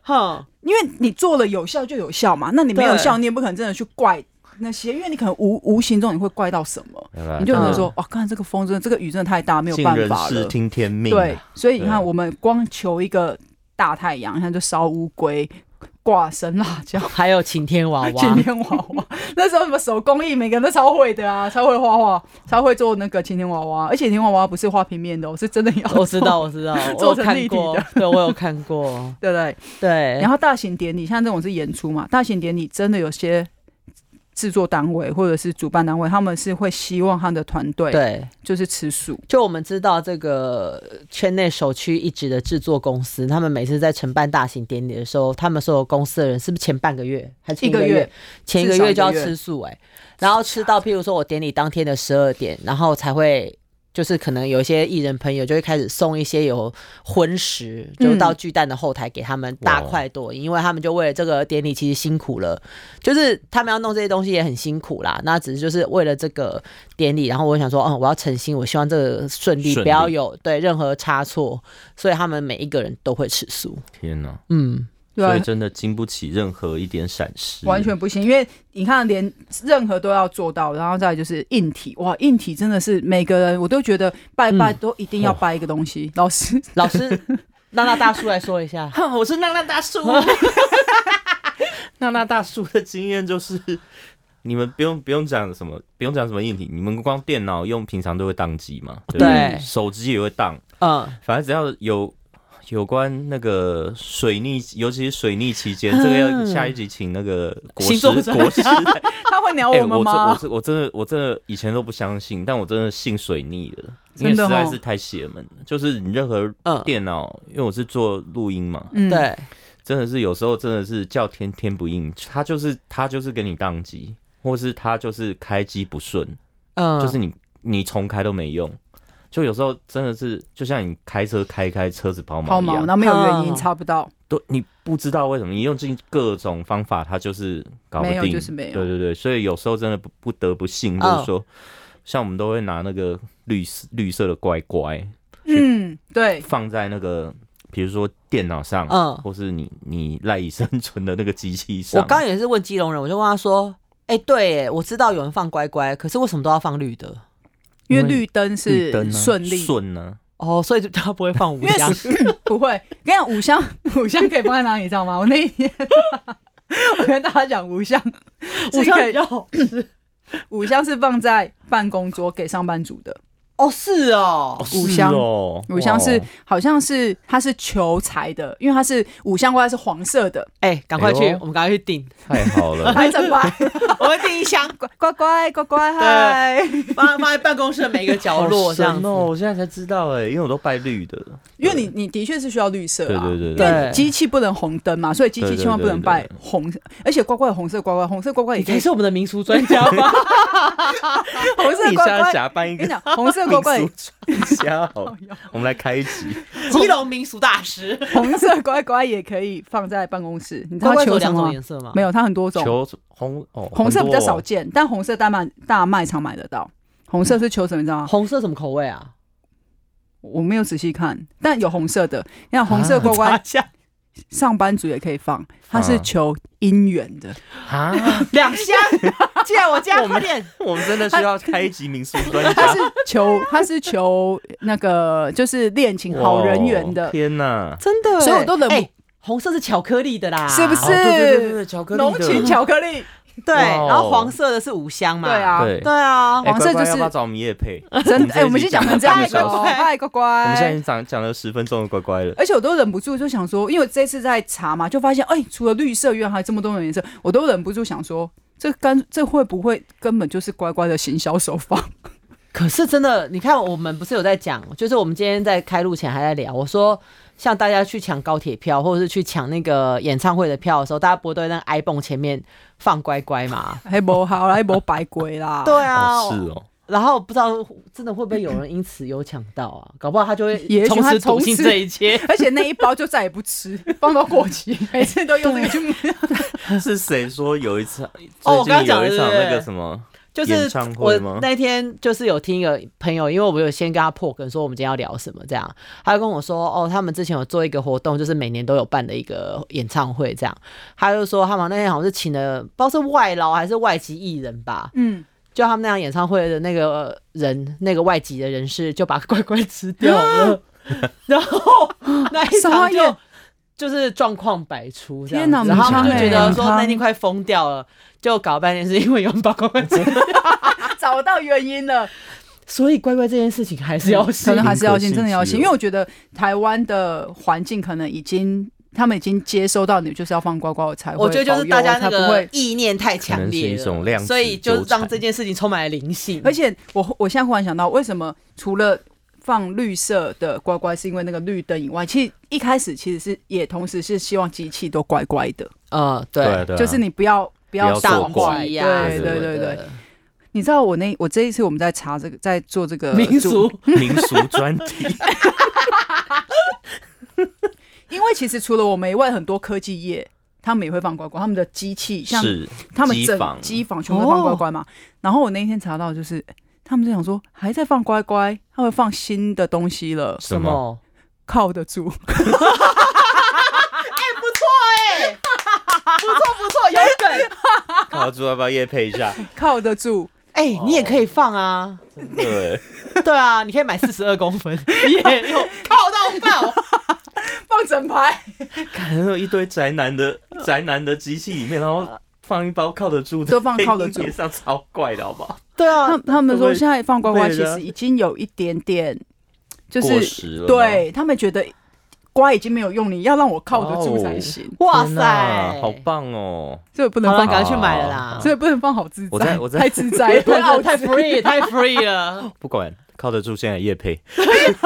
[SPEAKER 1] 哼，
[SPEAKER 2] 因为你做了有效就有效嘛，那你没有
[SPEAKER 1] 对
[SPEAKER 2] 效，你也不可能真的去怪那些，因为你可能无无形中你会怪到什么，你就
[SPEAKER 1] 可能
[SPEAKER 2] 只能说，哦，看这个风真的，这个雨真的太大，没有
[SPEAKER 3] 尽
[SPEAKER 2] 办
[SPEAKER 3] 嗯人
[SPEAKER 2] 法
[SPEAKER 3] 事
[SPEAKER 2] 了。
[SPEAKER 3] 听天命啊，
[SPEAKER 2] 对，所以你看，
[SPEAKER 3] 对
[SPEAKER 2] 我们光求一个大太阳，你看就烧乌龟、挂生辣椒、
[SPEAKER 1] 还有晴天 娃
[SPEAKER 2] 晴
[SPEAKER 1] 娃，
[SPEAKER 2] 天娃 娃，那时候什么手工艺，每个人都超会的啊，超会画画，超会做那个晴天娃娃，而且晴天娃娃不是画平面的、哦，是真的要
[SPEAKER 1] 我知道，我知道，我有
[SPEAKER 2] 做成
[SPEAKER 1] 看
[SPEAKER 2] 立体
[SPEAKER 1] 过
[SPEAKER 2] 的，
[SPEAKER 1] 对我有看过，
[SPEAKER 2] 做，对不对？
[SPEAKER 1] 对
[SPEAKER 2] 然，后大型典礼，像这种是演出嘛，大型典礼真的有些制作单位或者是主办单位，他们是会希望他的团队
[SPEAKER 1] 对。
[SPEAKER 2] 就是吃素，
[SPEAKER 1] 就我们知道，这个呃圈内首屈一指的制作公司，他们每次在承办大型典礼的时候，他们所有公司的人是不是前半个月还是前
[SPEAKER 2] 一个
[SPEAKER 1] 个
[SPEAKER 2] 月
[SPEAKER 1] 前一
[SPEAKER 2] 至
[SPEAKER 1] 个
[SPEAKER 2] 少
[SPEAKER 1] 月
[SPEAKER 2] 一
[SPEAKER 1] 就
[SPEAKER 2] 个
[SPEAKER 1] 要
[SPEAKER 2] 月
[SPEAKER 1] 吃素哎、然后吃到譬如说我典礼当天的十二点，然后才会。就是可能有一些艺人朋友就会开始送一些有荤食，就到巨蛋的后台给他们大快朵颐，因为他们就为了这个典礼其实辛苦了，就是他们要弄这些东西也很辛苦啦。那只是就是为了这个典礼，然后我想说，嗯，我要诚心，我希望这个顺利，
[SPEAKER 3] 顺利
[SPEAKER 1] 不要有对任何差错，所以他们每一个人都会吃素。
[SPEAKER 3] 天哪，
[SPEAKER 1] 嗯，
[SPEAKER 2] 对吧
[SPEAKER 3] 所以？真的经不起任何一点闪失，
[SPEAKER 2] 完全不行，因为你看，连任何都要做到，然后再来就是硬体，哇，硬体真的是每个人我都觉得拜拜
[SPEAKER 1] 嗯
[SPEAKER 2] 都一定要拜一个东西，老师，
[SPEAKER 1] 老师让那大叔来说一下，
[SPEAKER 3] 哼，我是娜娜大 叔。 娜娜大叔的经验就是，你们不用不用讲什么，不用讲什么硬体，你们光电脑用平常都会宕机嘛，对不
[SPEAKER 1] 对
[SPEAKER 3] 对？手机也会宕，
[SPEAKER 1] 嗯，
[SPEAKER 3] 反正只要有有关那个水逆，尤其是水逆期间，
[SPEAKER 2] 嗯
[SPEAKER 3] 这个要下一集请那个国
[SPEAKER 1] 星
[SPEAKER 3] 师
[SPEAKER 1] 座专家
[SPEAKER 3] 国师来
[SPEAKER 2] 他会鸟
[SPEAKER 3] 哎、
[SPEAKER 2] 我们
[SPEAKER 3] 我这
[SPEAKER 2] 吗
[SPEAKER 3] 我？这我真的我真的以前都不相信，但我真的信水逆了，因为
[SPEAKER 2] 真的
[SPEAKER 3] 实在
[SPEAKER 2] 哦
[SPEAKER 3] 是太邪门了。就是你任何
[SPEAKER 1] 嗯
[SPEAKER 3] 电脑，因为我是做录音嘛，
[SPEAKER 2] 嗯，
[SPEAKER 1] 对，
[SPEAKER 3] 真的是有时候真的是叫天天不应，它就是它就是给你宕机，或是它就是开机不顺，
[SPEAKER 1] 嗯，
[SPEAKER 3] 就是你你重开都没用。就有时候真的是，就像你开车开开车子抛
[SPEAKER 2] 抛
[SPEAKER 3] 锚一
[SPEAKER 2] 锚，
[SPEAKER 3] 样
[SPEAKER 2] 然，后没有原因
[SPEAKER 1] 嗯
[SPEAKER 2] 查不到，
[SPEAKER 3] 都你不知道为什么，你用尽各种方法，它就是搞不
[SPEAKER 2] 没
[SPEAKER 3] 定，
[SPEAKER 2] 有就是没有
[SPEAKER 3] 对对对，所以有时候真的不不得不信，
[SPEAKER 1] 哦
[SPEAKER 3] 就是说，像我们都会拿那个绿色绿色的乖乖
[SPEAKER 2] 嗯，对，
[SPEAKER 3] 放在那个，比如说电脑上，
[SPEAKER 2] 哦
[SPEAKER 1] 嗯
[SPEAKER 3] 或是你你赖以生存的那个机器
[SPEAKER 1] 我
[SPEAKER 3] 上。
[SPEAKER 1] 刚刚也是问基隆人，我就问他说：“哎、对耶，我知道有人放乖乖，可是为什么都要放绿的？
[SPEAKER 2] 因为
[SPEAKER 3] 因为
[SPEAKER 2] 绿灯
[SPEAKER 3] 绿灯
[SPEAKER 2] 是
[SPEAKER 3] 啊
[SPEAKER 2] 顺利，
[SPEAKER 3] 顺呢、
[SPEAKER 1] 哦，所以就 他不会放五
[SPEAKER 2] 因为
[SPEAKER 1] 香。
[SPEAKER 2] 不会。跟你讲，五香 五香可以放在哪里，你知道吗？我那一天 我跟大家讲，五香
[SPEAKER 1] 五
[SPEAKER 2] 是
[SPEAKER 1] 香
[SPEAKER 2] 可
[SPEAKER 1] 比
[SPEAKER 2] 以
[SPEAKER 1] 较好吃
[SPEAKER 2] 五香是放在办公桌给上班族的，
[SPEAKER 1] 哦，是哦，
[SPEAKER 2] 五香
[SPEAKER 3] 是哦，
[SPEAKER 2] 五香是
[SPEAKER 3] 哇
[SPEAKER 2] 好像是它是求财的，因为它是五香瓜是黄色 的，
[SPEAKER 1] 哎、赶快去，
[SPEAKER 3] 哎呦
[SPEAKER 1] 我们赶快去订，
[SPEAKER 3] 太好 了，
[SPEAKER 2] 来整排，
[SPEAKER 1] 我们订一箱，
[SPEAKER 2] 乖乖乖乖嗨，
[SPEAKER 1] 放放在办公室的每一个角落，这样
[SPEAKER 3] 好
[SPEAKER 1] 子
[SPEAKER 3] 神哦，我现在才知道哎，因为我都拜绿的，
[SPEAKER 2] 因 为你你的确是需要绿色啊，
[SPEAKER 3] 对对对
[SPEAKER 2] 因
[SPEAKER 3] 对
[SPEAKER 2] 为机器不能红灯嘛，所以机器
[SPEAKER 3] 对对
[SPEAKER 2] 千万不能
[SPEAKER 3] 对对
[SPEAKER 2] 拜
[SPEAKER 3] 对
[SPEAKER 2] 红，而且乖乖有红色乖乖，红色乖乖也
[SPEAKER 1] 你
[SPEAKER 2] 可以
[SPEAKER 1] 才，哎是我们的民俗专家吧？
[SPEAKER 2] 红色
[SPEAKER 3] 你现
[SPEAKER 2] 乖
[SPEAKER 3] 在
[SPEAKER 2] 乖，
[SPEAKER 3] 假扮一
[SPEAKER 2] 我跟
[SPEAKER 3] 个
[SPEAKER 2] 你讲，红色乖哎乖
[SPEAKER 3] 民，俗 专家好，我们来开一集，
[SPEAKER 1] 基隆民俗大师，
[SPEAKER 2] 红色乖乖也可以放在办公室，你知
[SPEAKER 1] 它
[SPEAKER 2] 道它
[SPEAKER 1] 会有
[SPEAKER 2] 求什
[SPEAKER 1] 两种
[SPEAKER 2] 么
[SPEAKER 1] 颜
[SPEAKER 2] 吗？
[SPEAKER 1] 色啊吗？
[SPEAKER 2] 没有，它很多种，
[SPEAKER 3] 求红哦，
[SPEAKER 2] 红色比较
[SPEAKER 3] 很多
[SPEAKER 2] 少
[SPEAKER 3] 哦，
[SPEAKER 2] 见，但红色大卖大卖场买得到。红色是求什么？你知道吗？
[SPEAKER 1] 红色什么口味啊？
[SPEAKER 2] 我没有仔细看，但有红色的。你看红色乖
[SPEAKER 1] 查
[SPEAKER 2] 乖
[SPEAKER 1] 一，下，
[SPEAKER 2] 上班族也可以放，它是
[SPEAKER 3] 啊
[SPEAKER 2] 求姻缘的。
[SPEAKER 3] 啊，
[SPEAKER 1] 两 箱，寄来我家，快点！
[SPEAKER 3] 我们真的需要开一集民俗专
[SPEAKER 2] 它
[SPEAKER 3] 家
[SPEAKER 2] 是。求，它是求那个就是恋情 好人缘
[SPEAKER 3] 哇
[SPEAKER 2] 的，
[SPEAKER 3] 天哪！
[SPEAKER 1] 真的耶，
[SPEAKER 2] 所以我都忍不
[SPEAKER 1] 哎红色是巧克力的啦，
[SPEAKER 2] 是不
[SPEAKER 3] 哦
[SPEAKER 2] 是
[SPEAKER 3] 对对对对，巧克力的
[SPEAKER 2] 浓情巧克 力。
[SPEAKER 1] 对，
[SPEAKER 3] 哇哦
[SPEAKER 1] 然后黄色的是五香嘛，
[SPEAKER 2] 对啊，
[SPEAKER 3] 对
[SPEAKER 1] 对啊，
[SPEAKER 3] 哎
[SPEAKER 2] 黄色
[SPEAKER 3] 乖
[SPEAKER 2] 就
[SPEAKER 3] 乖
[SPEAKER 2] 是
[SPEAKER 3] 要不要找我们叶配？
[SPEAKER 2] 真的。哎，我
[SPEAKER 3] 我
[SPEAKER 2] 们
[SPEAKER 3] 们
[SPEAKER 2] 先
[SPEAKER 3] 这一集
[SPEAKER 2] 讲成这
[SPEAKER 3] 讲
[SPEAKER 2] 样
[SPEAKER 1] 得
[SPEAKER 2] 子哦，
[SPEAKER 1] 超快
[SPEAKER 2] 嗨乖
[SPEAKER 3] 我们现在
[SPEAKER 2] 乖。
[SPEAKER 3] 已经讲讲了十分钟的乖乖了，
[SPEAKER 2] 而且我都忍不住就想说，因为这次在查嘛，就发现哎，除了绿色，原来还有这么多种颜色，我都忍不住想说，这干这会不会根本就是乖乖的行销手 法？
[SPEAKER 1] 可是真的，你看我们不是有在讲，就是我们今天在开录前还在聊，我说像大家去抢高铁票或者是去抢那个演唱会的票的时候，大家不都在那个 iPhone 前面放乖乖嘛？
[SPEAKER 2] 还不好啦，还不白鬼 啦。
[SPEAKER 1] 对啊，
[SPEAKER 3] 哦是哦，
[SPEAKER 1] 然后不知道真的会不会有人因此有抢到啊？搞不好他就会
[SPEAKER 2] 也许
[SPEAKER 1] 从
[SPEAKER 2] 他
[SPEAKER 1] 此
[SPEAKER 2] 从
[SPEAKER 1] 笃信
[SPEAKER 2] 此
[SPEAKER 1] 这一切。
[SPEAKER 2] 而且那一包就再也不吃，放到过 期，每次都用这个去买。
[SPEAKER 3] 是谁说有一 场？
[SPEAKER 1] 哦我
[SPEAKER 3] 最
[SPEAKER 1] 刚刚
[SPEAKER 3] 近
[SPEAKER 1] 讲
[SPEAKER 3] 有
[SPEAKER 1] 的
[SPEAKER 3] 一场
[SPEAKER 1] 对不对
[SPEAKER 3] 那个什么，
[SPEAKER 1] 就是
[SPEAKER 3] 演唱会
[SPEAKER 1] 我
[SPEAKER 3] 吗
[SPEAKER 1] 那天就是有听一个朋友，因为我们有先跟他破梗说我们今天要聊什么，这样，他就跟我说，哦，他们之前有做一个活动，就是每年都有办的一个演唱会，这样，他就说他们那天好像是请了，不知道是外劳还是外籍艺人吧，
[SPEAKER 2] 嗯，
[SPEAKER 1] 就他们那场演唱会的那个人，那个外籍的人士就把乖乖吃掉
[SPEAKER 2] 啊
[SPEAKER 1] 了， 然后那一
[SPEAKER 2] 傻
[SPEAKER 1] 场就
[SPEAKER 2] 眼
[SPEAKER 1] 就是状况百出这样
[SPEAKER 2] 天哪
[SPEAKER 1] 子，然后他们
[SPEAKER 3] 母
[SPEAKER 1] 就
[SPEAKER 3] 汤
[SPEAKER 1] 觉
[SPEAKER 3] 欸
[SPEAKER 1] 得
[SPEAKER 2] 母
[SPEAKER 1] 说
[SPEAKER 2] 汤
[SPEAKER 1] 那天快疯掉了，就搞半天是因为有人把乖乖吃掉
[SPEAKER 2] 找到原因了，
[SPEAKER 1] 所以乖乖这件事情还是要信
[SPEAKER 2] 可能还是要信，
[SPEAKER 3] 可信
[SPEAKER 2] 真的要
[SPEAKER 3] 之
[SPEAKER 2] 信，
[SPEAKER 3] 人
[SPEAKER 2] 因为我觉得台湾的环境可能已经。他们已经接收到你就是要放乖乖，我才会
[SPEAKER 1] 我觉得就是大家那
[SPEAKER 2] 保佑我才不
[SPEAKER 1] 个
[SPEAKER 2] 会。
[SPEAKER 1] 意念太强烈
[SPEAKER 3] 可能是一种量
[SPEAKER 1] 了，
[SPEAKER 3] 子
[SPEAKER 1] 所以就是
[SPEAKER 3] 纠缠
[SPEAKER 1] 让这件事情充满了灵性。
[SPEAKER 2] 而且我我现在忽然想到，为什么除了放绿色的乖乖，是因为那个绿灯以外，其实一开始其实是也同时是希望机器都乖乖的，
[SPEAKER 1] 呃，对
[SPEAKER 3] 对啊对啊，
[SPEAKER 2] 就是你不要不要
[SPEAKER 3] 不要
[SPEAKER 2] 搞
[SPEAKER 3] 做怪
[SPEAKER 2] 怪，
[SPEAKER 1] 档
[SPEAKER 2] 对
[SPEAKER 1] 期呀，
[SPEAKER 2] 对
[SPEAKER 1] 什
[SPEAKER 2] 对
[SPEAKER 1] 么
[SPEAKER 2] 对
[SPEAKER 1] 的
[SPEAKER 2] 对。你知道我那我这一次我们在查这个，在做这
[SPEAKER 3] 呃
[SPEAKER 2] 个
[SPEAKER 1] 民
[SPEAKER 2] 主，
[SPEAKER 1] 俗
[SPEAKER 3] 民俗专题，
[SPEAKER 2] 因为其实除了我们以外，很多科技业他们也会放乖乖，他们的机器 像
[SPEAKER 3] 是
[SPEAKER 2] 他们
[SPEAKER 3] 机
[SPEAKER 2] 整
[SPEAKER 3] 房
[SPEAKER 2] 机房全部都放乖乖嘛。然后我那一天查到，就是他们就想说还在放乖乖，他们放新的东西了，
[SPEAKER 1] 什
[SPEAKER 3] 什么？
[SPEAKER 1] 么？
[SPEAKER 2] 靠得住。
[SPEAKER 1] 不啊错，有梗。
[SPEAKER 3] 好，猪要不要叶配一下？
[SPEAKER 2] 靠得住，
[SPEAKER 1] 哎，你也可以放啊，
[SPEAKER 3] 对，
[SPEAKER 1] 对啊，你可以买四十二公 分，也有靠到爆。
[SPEAKER 2] 放整排，
[SPEAKER 3] 感觉有一堆宅男的宅男的机器里面，然后放一包靠得住的，
[SPEAKER 2] 都放靠得住
[SPEAKER 3] 贴上超怪的，好不好？
[SPEAKER 1] 对啊
[SPEAKER 2] 他，他们说
[SPEAKER 3] 会
[SPEAKER 2] 现在放乖乖
[SPEAKER 3] 被
[SPEAKER 2] 其
[SPEAKER 3] 人
[SPEAKER 2] 实已经有一点点，就
[SPEAKER 3] 过
[SPEAKER 2] 是
[SPEAKER 3] 时了，，
[SPEAKER 2] 对他们觉得乖已经没有用，你要让我靠得住才
[SPEAKER 3] 哦
[SPEAKER 2] 行，
[SPEAKER 1] 哇
[SPEAKER 3] 天哪
[SPEAKER 1] 塞，
[SPEAKER 3] 好！棒哦！
[SPEAKER 2] 所以不能
[SPEAKER 1] 好了，
[SPEAKER 2] 放
[SPEAKER 1] 赶快去买了啦。
[SPEAKER 2] 所以不能放好自在，
[SPEAKER 3] 我在我在
[SPEAKER 2] 太自 在了，
[SPEAKER 1] 太
[SPEAKER 2] 太傲
[SPEAKER 1] 太
[SPEAKER 2] 自
[SPEAKER 1] free 太 free 了，
[SPEAKER 3] 不管靠得住，现在叶配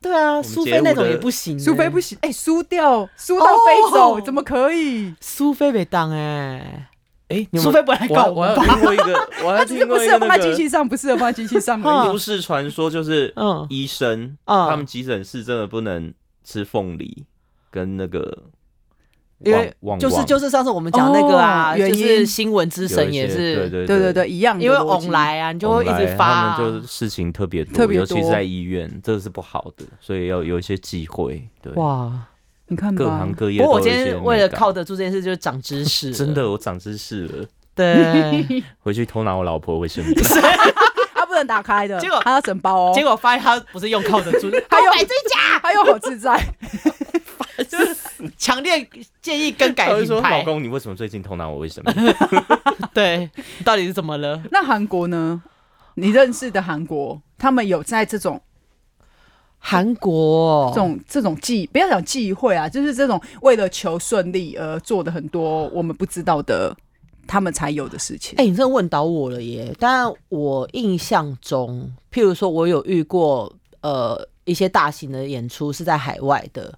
[SPEAKER 1] 对啊，
[SPEAKER 3] 们
[SPEAKER 1] 苏
[SPEAKER 3] 节
[SPEAKER 1] 菲那
[SPEAKER 3] 目
[SPEAKER 1] 种
[SPEAKER 3] 的
[SPEAKER 1] 也不行，欸
[SPEAKER 2] 苏菲不哦
[SPEAKER 1] 行，
[SPEAKER 2] 行，哎、输掉，输到飞走，
[SPEAKER 1] 哦
[SPEAKER 2] 怎么可以？
[SPEAKER 1] 苏菲被当哎，
[SPEAKER 3] 哎、你有
[SPEAKER 1] 除非
[SPEAKER 3] 没有？
[SPEAKER 1] 不来
[SPEAKER 3] 我还
[SPEAKER 1] 告
[SPEAKER 3] 我
[SPEAKER 1] 我
[SPEAKER 3] 还有
[SPEAKER 1] 吧。
[SPEAKER 3] 听过 一个，我还
[SPEAKER 2] 他只是
[SPEAKER 3] 听
[SPEAKER 2] 不
[SPEAKER 3] 过
[SPEAKER 2] 适
[SPEAKER 3] 一个
[SPEAKER 2] 合放
[SPEAKER 3] 那
[SPEAKER 2] 在机
[SPEAKER 3] 个
[SPEAKER 2] 器上，不适合放在机器上而已。
[SPEAKER 3] 都市传说，就是
[SPEAKER 1] 嗯
[SPEAKER 3] 医生
[SPEAKER 1] 嗯
[SPEAKER 3] 他们急诊室真的不能吃凤梨跟那个
[SPEAKER 1] 因
[SPEAKER 3] 旺，
[SPEAKER 1] 为
[SPEAKER 3] 旺
[SPEAKER 1] 就是
[SPEAKER 3] 旺
[SPEAKER 1] 就是上次我们讲那个啊，
[SPEAKER 2] 哦
[SPEAKER 1] 就
[SPEAKER 2] 原
[SPEAKER 1] 是
[SPEAKER 2] 因
[SPEAKER 1] 新闻之
[SPEAKER 3] 有一
[SPEAKER 1] 神也
[SPEAKER 3] 些
[SPEAKER 1] 是，
[SPEAKER 3] 对对
[SPEAKER 2] 对对对，一样的
[SPEAKER 1] 因为
[SPEAKER 2] 逻辑
[SPEAKER 1] 往。来啊，你就
[SPEAKER 3] 往
[SPEAKER 1] 会一直
[SPEAKER 3] 来
[SPEAKER 1] 发、
[SPEAKER 3] 他
[SPEAKER 1] 啊。
[SPEAKER 3] 们就是事情特别多，
[SPEAKER 2] 特别
[SPEAKER 3] 尤其是
[SPEAKER 2] 多
[SPEAKER 3] 在医院，这是不好的，所以要有一些机会。对，
[SPEAKER 1] 哇！
[SPEAKER 2] 你看
[SPEAKER 3] 各
[SPEAKER 2] 吧
[SPEAKER 3] 行，各业。
[SPEAKER 1] 不过我今天为了靠
[SPEAKER 3] 的，
[SPEAKER 1] 得住这件事，就是长知识了，
[SPEAKER 3] 真的我长知识了，
[SPEAKER 1] 对。
[SPEAKER 3] 回去偷拿我老婆卫生 棉。
[SPEAKER 2] 他不能打开的，
[SPEAKER 1] 结果
[SPEAKER 2] 他要整包哦。
[SPEAKER 1] 结果发现他不是用靠得住，
[SPEAKER 2] 他又
[SPEAKER 1] 买追加，
[SPEAKER 2] 他又好自在，
[SPEAKER 1] 强烈建议更
[SPEAKER 3] 他
[SPEAKER 1] 改
[SPEAKER 3] 会
[SPEAKER 1] 品
[SPEAKER 3] 说：“老
[SPEAKER 1] 牌。
[SPEAKER 3] 公，你为什么最近偷拿我卫生棉
[SPEAKER 1] 对，到底是怎么了？
[SPEAKER 2] 那韩国呢？你认识的韩国，他们有在这种
[SPEAKER 1] 韩
[SPEAKER 3] 哦
[SPEAKER 1] 国
[SPEAKER 2] 这种这种忌，不要讲忌讳啊，就是这种为了求顺利而做的很多我们不知道的，他们才有的事情。
[SPEAKER 1] 哎、你真的问倒我了耶！但我印象中，譬如说，我有遇过呃一些大型的演出是在海外的，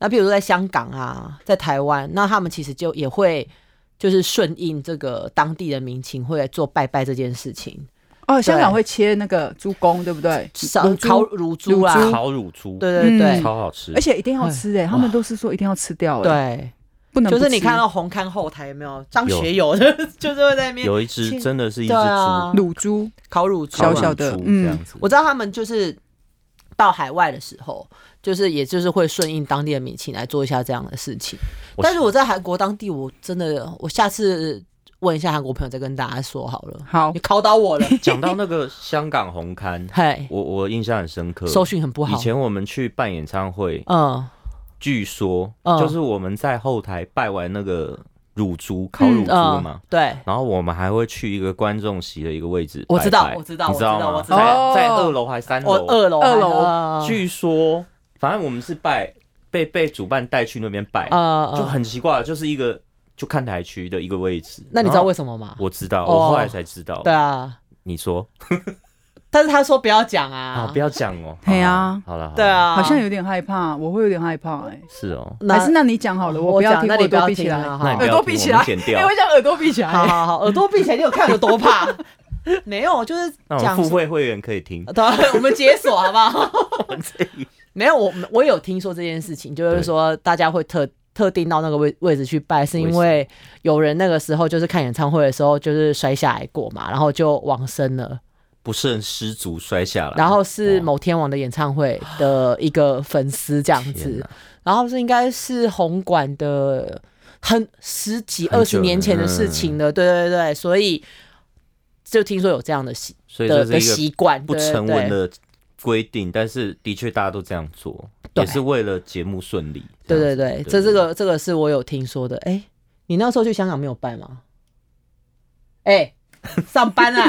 [SPEAKER 1] 那譬如说在香港啊，在台湾，那他们其实就也会就是顺应这个当地的民情，会来做拜拜这件事情，
[SPEAKER 2] 哦，香港会切那个猪公，对不对？
[SPEAKER 1] 烧
[SPEAKER 2] 卤猪
[SPEAKER 1] 烤乳 猪啦，？”
[SPEAKER 3] 烤乳猪，
[SPEAKER 1] 对对对
[SPEAKER 2] 嗯
[SPEAKER 3] 超好吃
[SPEAKER 2] 而。且一定要吃哎、他们都是说一定要吃掉哎、
[SPEAKER 1] 对，
[SPEAKER 2] 不能不
[SPEAKER 1] 就
[SPEAKER 2] 吃
[SPEAKER 1] 是你看哦到红勘后台有没有张学友的， 就是会在那边
[SPEAKER 3] 有一只
[SPEAKER 1] 切
[SPEAKER 3] 真的是一只
[SPEAKER 1] 对啊
[SPEAKER 3] 猪，
[SPEAKER 2] 卤猪，
[SPEAKER 1] 烤乳猪啊
[SPEAKER 3] 烤
[SPEAKER 1] 嘛，
[SPEAKER 2] 小小的
[SPEAKER 3] 乳猪
[SPEAKER 2] 嗯
[SPEAKER 3] 这样子。
[SPEAKER 1] 我知道他们就是到海外的时候，就是也就是会顺应当地的民情来做一下这样的事情。
[SPEAKER 3] 我
[SPEAKER 1] 但是我在韩国当地，我真的我下次问一下韩国朋友再跟大家说好了。
[SPEAKER 2] 好
[SPEAKER 1] 你，考倒我 了，
[SPEAKER 3] 讲到那个香港红刊，
[SPEAKER 1] 嘿，
[SPEAKER 3] 我我印象很深刻。
[SPEAKER 1] 搜讯很不
[SPEAKER 3] 以
[SPEAKER 1] 好。
[SPEAKER 3] 前我们去办演唱会，
[SPEAKER 1] 嗯，
[SPEAKER 3] 据说
[SPEAKER 1] 嗯
[SPEAKER 3] 就是我们在后台拜完那个乳猪烤乳猪嘛
[SPEAKER 1] 嗯，，对，
[SPEAKER 3] 然后我们还会去一个观众席的一个位置拜拜，
[SPEAKER 1] 我知道我知道
[SPEAKER 3] 你知道
[SPEAKER 1] 我
[SPEAKER 3] 吗？
[SPEAKER 1] 知道
[SPEAKER 2] 我知道
[SPEAKER 3] 在在二楼还是三
[SPEAKER 1] 我
[SPEAKER 3] 楼？
[SPEAKER 1] 二楼，
[SPEAKER 2] 二楼
[SPEAKER 1] 呃
[SPEAKER 3] 据说，反正我们是拜被被主办带去那边拜，
[SPEAKER 1] 呃，
[SPEAKER 3] 就
[SPEAKER 1] 呃
[SPEAKER 3] 很奇怪，就是一个就看台区的一个位置。
[SPEAKER 1] 那你知道为
[SPEAKER 3] 什
[SPEAKER 1] 什么吗？
[SPEAKER 3] 我知道，
[SPEAKER 1] 哦
[SPEAKER 3] 我后来才知道。
[SPEAKER 1] 对，啊，
[SPEAKER 3] 你说
[SPEAKER 1] 但是他说不要讲
[SPEAKER 3] 啊，
[SPEAKER 1] 啊
[SPEAKER 3] 不，要讲哦。
[SPEAKER 2] 对啊
[SPEAKER 3] 好了，好 啦
[SPEAKER 1] 对，啊，
[SPEAKER 2] 好像有点害怕，我会有点害怕哎、
[SPEAKER 3] 是哦。
[SPEAKER 1] 那
[SPEAKER 2] 还是那你讲好了，我不要
[SPEAKER 1] 讲，
[SPEAKER 2] 听，
[SPEAKER 1] 那
[SPEAKER 2] 我
[SPEAKER 1] 你
[SPEAKER 2] 耳
[SPEAKER 1] 不要
[SPEAKER 2] 朵闭起
[SPEAKER 1] 听
[SPEAKER 2] 来，
[SPEAKER 1] 啊，
[SPEAKER 3] 那
[SPEAKER 1] 好
[SPEAKER 3] 你不
[SPEAKER 2] 耳
[SPEAKER 3] 要
[SPEAKER 2] 朵
[SPEAKER 3] 听
[SPEAKER 2] 闭起
[SPEAKER 3] 我
[SPEAKER 2] 来，
[SPEAKER 3] 们剪
[SPEAKER 2] 哎、
[SPEAKER 3] 掉
[SPEAKER 2] 我想耳朵闭起来、
[SPEAKER 1] 好好好，耳朵闭起来，你有看有多 怕？没有，就是
[SPEAKER 3] 那我
[SPEAKER 1] 讲
[SPEAKER 3] 们付
[SPEAKER 1] 说
[SPEAKER 3] 费会员可以听。
[SPEAKER 1] 对啊，我们解锁好不好？ 没有，我我有听说这件事情，就是
[SPEAKER 3] 对
[SPEAKER 1] 说大家会特特定到那个位位置去拜，是因为有人那个时候就是看演唱会的时候就是摔下来过嘛，然后就往生了。
[SPEAKER 3] 不慎失足摔下来，
[SPEAKER 1] 然后是
[SPEAKER 3] 哦
[SPEAKER 1] 某天王的演唱会的一个粉丝这样
[SPEAKER 3] 天
[SPEAKER 1] 子
[SPEAKER 3] 哪，
[SPEAKER 1] 然后是应该是红馆的很嗯十几
[SPEAKER 3] 很久
[SPEAKER 1] 二十年前的事情了，对对对，所以就听说有这样的习
[SPEAKER 3] 所以
[SPEAKER 1] 的
[SPEAKER 3] 这
[SPEAKER 1] 的
[SPEAKER 3] 是一
[SPEAKER 1] 习
[SPEAKER 3] 个
[SPEAKER 1] 惯，
[SPEAKER 3] 不
[SPEAKER 1] 对对
[SPEAKER 3] 成
[SPEAKER 1] 对
[SPEAKER 3] 文的规定，但是的确大家都这样做，
[SPEAKER 1] 对
[SPEAKER 3] 也是为了节目顺利。
[SPEAKER 1] 对
[SPEAKER 3] 这
[SPEAKER 1] 对
[SPEAKER 3] 样子
[SPEAKER 1] 对，这这个这个是我有听说的。哎、你那时候去香港没有拜吗？哎、上班啊，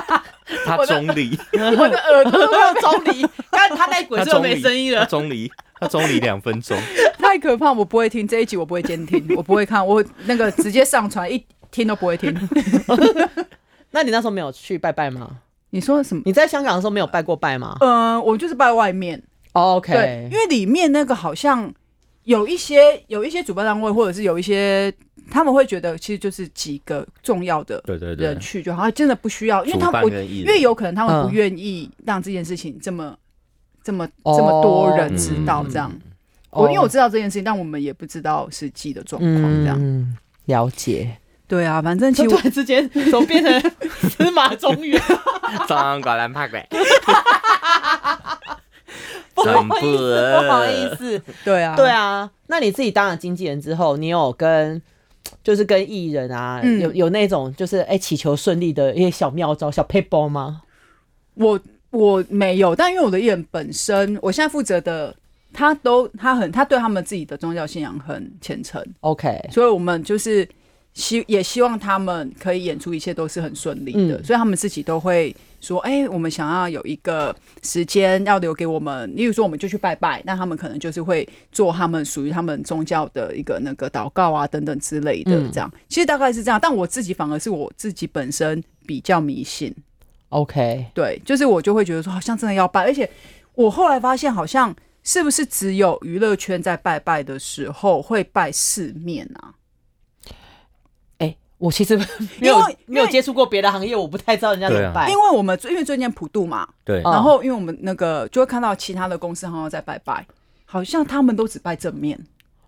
[SPEAKER 3] 他中离，
[SPEAKER 2] 我的耳朵
[SPEAKER 1] 没有钟离，但他那鬼
[SPEAKER 3] 他
[SPEAKER 1] 就
[SPEAKER 3] 中
[SPEAKER 1] 没
[SPEAKER 3] 离，
[SPEAKER 1] 声音
[SPEAKER 3] 他
[SPEAKER 1] 了。
[SPEAKER 3] 中离，他中离两分钟。
[SPEAKER 2] 太可怕，我不会听这一集，我不会监听， 我不会看，我那个直接上传一听都不 会听。
[SPEAKER 1] 那你那时候没有去拜拜吗？
[SPEAKER 2] 你说什么？
[SPEAKER 1] 你在香港的时候没有拜过拜吗、
[SPEAKER 2] 嗯、我就是拜外面，
[SPEAKER 1] o
[SPEAKER 2] 对
[SPEAKER 1] k，
[SPEAKER 2] 因为里面那个好像有一些有一些主办单位，或者是有一些他们会觉得，其实就是几个重要的
[SPEAKER 3] 对对对
[SPEAKER 2] 人，去就好，真的不需要，因为
[SPEAKER 3] 主
[SPEAKER 2] 他们
[SPEAKER 3] 办
[SPEAKER 2] 我
[SPEAKER 3] 跟艺
[SPEAKER 2] 因
[SPEAKER 3] 人，
[SPEAKER 2] 为有可能他们
[SPEAKER 1] 嗯
[SPEAKER 2] 不愿意让这件事情这么。这么
[SPEAKER 1] 哦嗯
[SPEAKER 2] 这么多人知道这样，我因为我
[SPEAKER 1] 哦
[SPEAKER 2] 知道这件事情，但我们也不知道实际的状况这样。
[SPEAKER 1] 嗯，了解。
[SPEAKER 2] 对啊，反正其
[SPEAKER 1] 就
[SPEAKER 2] 实
[SPEAKER 1] 突
[SPEAKER 2] 我
[SPEAKER 1] 然之间怎么变成 司马中 原？
[SPEAKER 3] 中国人 怕鬼，
[SPEAKER 1] 不好意
[SPEAKER 3] 呃
[SPEAKER 1] 思，不好意思。
[SPEAKER 2] 对 啊，
[SPEAKER 1] 对啊，那你自己当了经纪人之后，你有跟就是跟艺人啊，
[SPEAKER 2] 嗯
[SPEAKER 1] 有有那种就是哎、祈求顺利的一些小妙招、小 paper 吗？
[SPEAKER 2] 我我没有，但因为我的艺人本身，我现在负责的，他都他很他对他们自己的宗教信仰很虔诚，
[SPEAKER 1] OK，
[SPEAKER 2] 所以我们就是希也希望他们可以演出一切都是很顺利的，
[SPEAKER 1] 嗯
[SPEAKER 2] 所以他们自己都会说，哎、我们想要有一个时间要留给我们，例如说我们就去拜拜，那他们可能就是会做他们属于他们宗教的一个那个祷告啊等等之类的，
[SPEAKER 1] 嗯
[SPEAKER 2] 这样、其实大概是这样，但我自己反而是我自己本身比较迷信。
[SPEAKER 1] OK，
[SPEAKER 2] 对，就是我就会觉得说，好像真的要拜，而且我后来发现，好像是不是只有娱乐圈在拜拜的时候会拜四面啊？
[SPEAKER 1] 哎、我其实没有
[SPEAKER 2] 因为
[SPEAKER 1] 没有接触过别的行业，我不太知道人家
[SPEAKER 3] 啊
[SPEAKER 1] 怎么办。
[SPEAKER 2] 因为我们最因为最近普渡嘛，
[SPEAKER 3] 对，
[SPEAKER 1] 哦
[SPEAKER 2] 然后因为我们那个就会看到其他的公司好像在拜拜，好像他们都只拜正面，